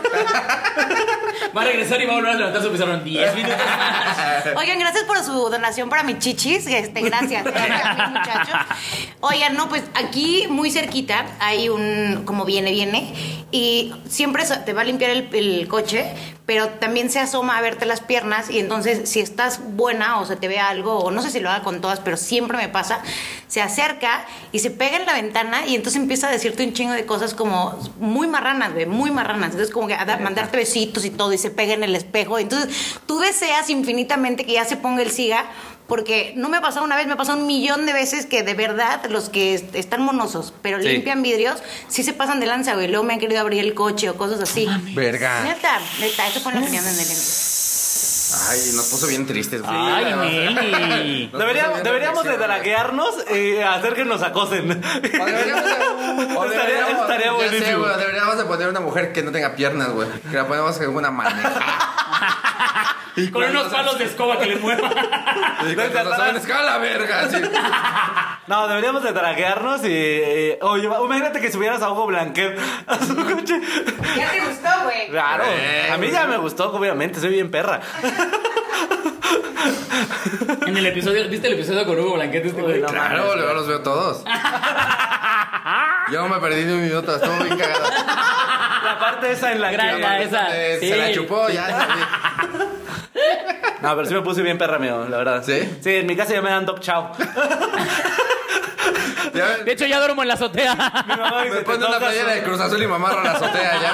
Va a regresar y va a volver a levantar su pizarrón 10 minutos más.
Oigan, gracias por su donación para mis chichis. Este, gracias. Gracias, a mí, muchachos. Oigan, no, pues aquí muy cerquita hay un como viene, viene. Y siempre so- te va a limpiar el, el coche, pero también se asoma a verte las piernas. Y entonces, si estás buena o se te ve algo, o no sé si lo haga con todas, pero siempre me pasa, se acerca y se pega en la ventana. Y entonces empieza a decirte un chingo de cosas como muy marranas, güey, muy marranas. Entonces, como que a dar- mandarte besitos y todo, y se pega en el espejo. Entonces, tú deseas infinitamente que ya se ponga el SIGA, porque no me ha pasado una vez, me ha pasado un millón de veces que de verdad los que est- están monosos, pero
Sí.
limpian vidrios, sí se pasan de lanza, güey. Luego me han querido abrir el coche o cosas así.
Verga.
Neta, neta, eso fue en la opinión de Nelly.
Ay, nos puso bien tristes, güey.
Ay,
Nos puso
Nelly.
bien
Deberíamos, deberíamos de
reflexiones.
draguearnos y hacer que nos acosen.
O deberíamos de- o
Estaría-
deberíamos-
estaría
ya sé,
buenísimo.
güey, deberíamos de poner una mujer que no tenga piernas, güey. Que la ponemos en una maneja. Y
Con
cuando
unos
se-
palos de escoba que le muevan.
Y cuando nos
atrás.
ven, es que a la verga, así.
No, deberíamos de draguearnos y... y- oye, va- imagínate que subieras a Hugo Blanquer a su coche.
Ya te gustó, güey.
Claro,
Eh,
a mí ya me gustó, obviamente, soy bien perra.
En el episodio, ¿viste el episodio con Hugo Blanquete este güey?
Uy, no.
Claro,
mames,
luego los veo todos. Yo me perdí de un minuto, estuvo bien cagado.
La parte esa en la
Gran-
que...
esa.
Eh, Se la
sí.
chupó, ya. ya
No, pero sí me puse bien perra, amigo, la verdad.
¿Sí?
Sí, en mi casa ya me dan dog chow.
vi. Ya
De hecho, ya duermo en la azotea.
Mi mamá dice,
me
"Te
pone una
tocas
playera de Cruz Azul y mamá la azotea ya,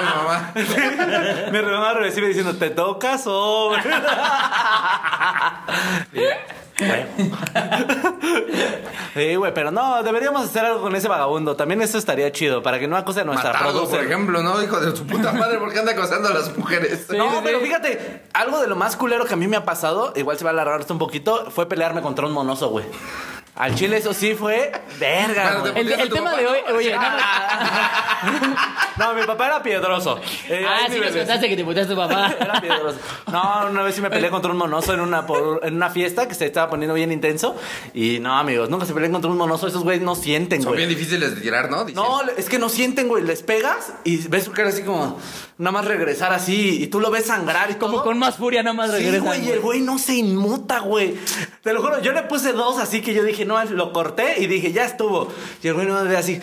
mi mamá.
Mi hermano recibe diciendo, te tocas sobre. Sí, güey, pero no, deberíamos hacer algo con ese vagabundo. También eso estaría chido, para que no acose a nuestra
Matardo, por
producción.
ejemplo, ¿no? Hijo de su puta madre, ¿por qué anda acosando a las mujeres?
Sí,
No,
sí.
pero fíjate, algo de lo más culero que a mí me ha pasado, igual se va a alargar esto un poquito, fue pelearme contra un monoso, güey. Al chile eso sí fue verga,
Claro, te
güey.
El, el tema de hoy,
Ah,
oye, ah, nada más-
No, mi papá era piedroso. Eh,
Ah,
ahí
sí
mi
nos
bebé.
contaste que te putaste a tu papá.
Era piedroso. No, una vez sí me peleé contra un monoso en una, por- en una fiesta que se estaba poniendo bien intenso. Y no, amigos, nunca se peleen contra un monoso. Esos güeyes no sienten,
Son bien
güey.
difíciles de tirar, ¿no? Dicen.
No, le- es que no sienten, güey. Les pegas y ves su cara así como, nada más regresar así. Y tú lo ves sangrar y
Como
todo.
con más furia nada más
Sí,
regresan.
güey, y el güey no se inmuta, güey. Te lo juro, yo le puse dos, así que yo dije, no, lo corté y dije, ya estuvo. Y el güey no me así.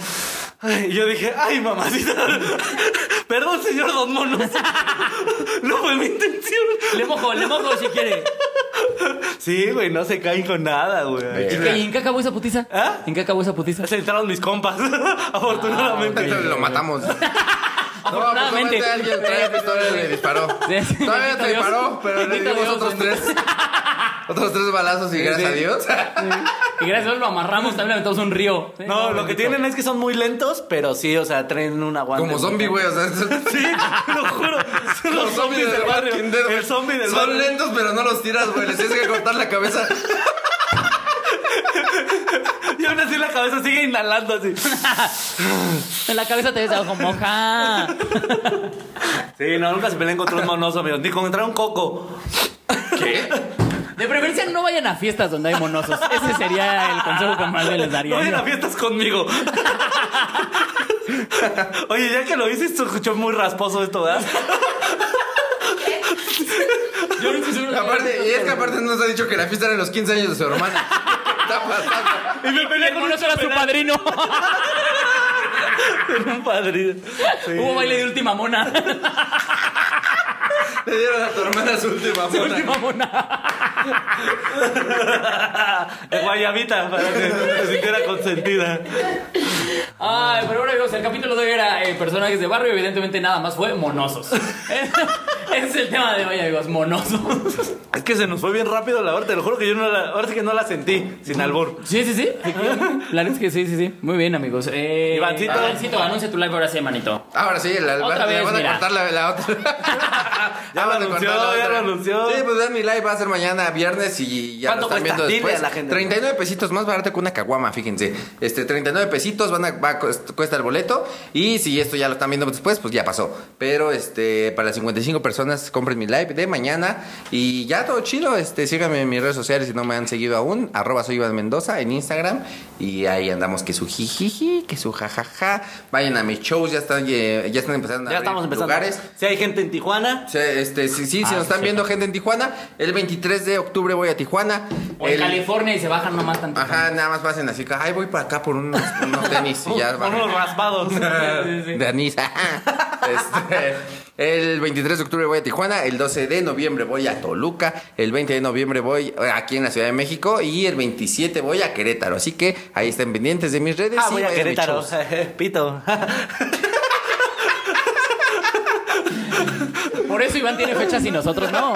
Ay, y yo dije, ay, mamacita. Perdón, señor Don Monos. no fue mi intención.
Le mojo, le mojo si quiere.
Sí, güey, no se caen con nada, güey.
¿Y qué- y en qué acabó esa putiza?
¿Ah?
¿En qué acabó esa putiza?
Se entraron mis compas, afortunadamente.
Entonces Ah, lo matamos. No,
Afortunadamente.
afortunadamente alguien trae pistola y le disparó.
Sí, sí,
Todavía
bendito
te
Dios.
disparó, pero le
Bendito
dimos
Dios,
otros tres. Otros tres balazos y gracias a Dios.
Y gracias a Dios lo amarramos, también le aventamos un río. Sí,
No, lo que
bendito.
tienen es que son muy lentos, pero sí, o sea, traen un aguante.
Como zombie, güey. O sea,
Sí, lo juro. Son los, zombies del barrio.
Walking Dead, güey.
El zombie del
Son
barrio.
lentos, pero no los tiras, güey. Les tienes que cortar la cabeza.
Y aún así la cabeza sigue inhalando así.
En la cabeza te ves algo moja.
Sí, no, nunca se peleen contra un monoso, amigos. Ni contra un coco.
¿Qué?
De preferencia no vayan a fiestas donde hay monosos. Ese sería el consejo que más les
No
daría.
vayan a fiestas conmigo. Oye, ya que lo dices, se escuchó muy rasposo esto, ¿verdad?
Yo no estoy seguro de-
Aparte, y es que aparte nos ha dicho que la fiesta era en los 15 años de su hermana. ¿Qué está pasando?
Y me peleé
El
con un
monoso era su
chocolate,
padrino.
con un padrino. Sí.
Hubo baile de última mona.
Le dieron a tu hermana su última
De
mona.
última mona.
De guayabita, para que se sintiera consentida.
Ay, pero bueno, amigos, el capítulo de hoy era eh, personajes de barrio. Evidentemente, nada más fue monosos. Ese es el tema de hoy, amigos, monosos.
Es que se nos fue bien rápido la hora, te lo juro que yo no la, ahora sí que no la sentí, sin albur.
Sí, sí, sí. La neta es que sí, sí, sí. Muy bien, amigos. Eh,
Ivancito.
Ivancito, anuncia tu live ahora sí, manito.
Ahora sí, la, la-
Otra
le
vez,
van a
mira.
cortar la, la otra.
Ya
van
lo
a
anunció,
cortar
ya
la
lo
otra.
anunció.
Sí, pues vean mi live, va a ser mañana viernes y ya lo
¿Cuánto
están
cuesta?
viendo
Dile
después.
a la gente.
39 pesitos, más barato que una caguama, fíjense. Este, 39 pesitos van a, va a cuest- cuesta el boleto y si esto ya lo están viendo después, pues ya pasó. Pero este, para las 55 personas compren mi live de mañana y ya todo chido. Este, síganme en mis redes sociales si no me han seguido aún, arroba soy Iván Mendoza en Instagram y ahí andamos que su jijiji, que su jajaja. Vayan a mis shows, ya están eh, ya están empezando a
Ya
abrir
estamos empezando.
lugares.
Si hay gente en Tijuana,
Sí, este, sí, sí, si nos están viendo gente en Tijuana, el 23 de octubre voy a Tijuana.
O en
El-
California y se bajan nomás tanto.
Ajá, nada más pasen así, que, ay, voy para acá por unos, unos tenis y ya
con
van.
unos raspados. Ah,
De anís, ajá. Este, el 23 de octubre voy a Tijuana, el 12 de noviembre voy a Toluca, el 20 de noviembre voy aquí en la Ciudad de México y el 27 voy a Querétaro. Así que ahí estén pendientes de mis redes.
Ah,
y
voy a
vayan mis
Querétaro.
shows.
Pito.
Por eso Iván tiene fechas y nosotros no.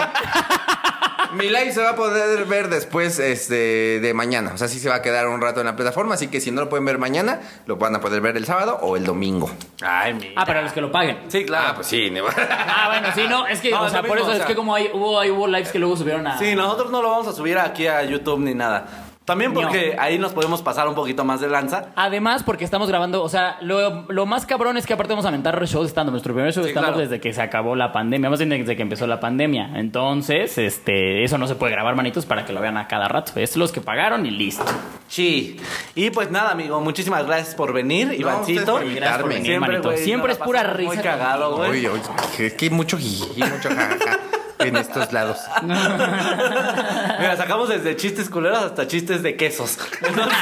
Mi live se va a poder ver después este, de mañana. O sea, sí se va a quedar un rato en la plataforma. Así que si no lo pueden ver mañana, lo van a poder ver el sábado o el domingo.
Ay, mi.
Ah, para los que lo paguen.
Sí, claro.
Ah, pues sí, ni modo.
Ah, bueno, sí, no, es que,
No,
o
es
sea,
lo
por
mismo,
eso
o
es
sea.
que como hay, hubo, ahí hubo lives que luego subieron a...
Sí, nosotros no lo vamos a subir aquí a YouTube ni nada. También porque ahí nos podemos pasar un poquito más de lanza.
Además, porque estamos grabando, o sea, lo, lo más cabrón es que aparte vamos a aventar shows estando. Nuestro primer show
Sí,
estando
claro.
desde que se acabó la pandemia, más bien desde que empezó la pandemia. Entonces, este, eso no se puede grabar, manitos, para que lo vean a cada rato. Es los que pagaron y listo.
Sí. Y pues nada, amigo, muchísimas gracias por venir,
ustedes
Ivancito.
por invitarme.
Gracias por venir,
Siempre,
manito.
güey,
Siempre
nos
es
la
pura
pasamos
risa.
Muy cagado, güey.
Oye, oye, es que mucho jiji, mucho jajaja en estos lados.
Mira, sacamos desde chistes culeros hasta chistes de quesos. Entonces,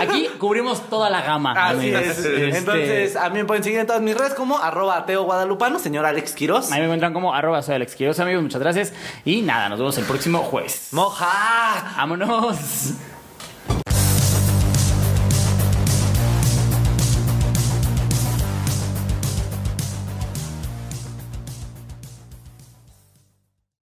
Aquí cubrimos toda la gama.
así
amigos.
es.
Este,
Ah, Entonces, a mí me pueden seguir en todas mis redes como arroba ateo guadalupano, señor Alex Quiroz.
Ahí me encuentran como arroba soy Alex Quiroz, amigos. Muchas gracias. Y nada, nos vemos el próximo jueves.
Moja.
¡Vámonos!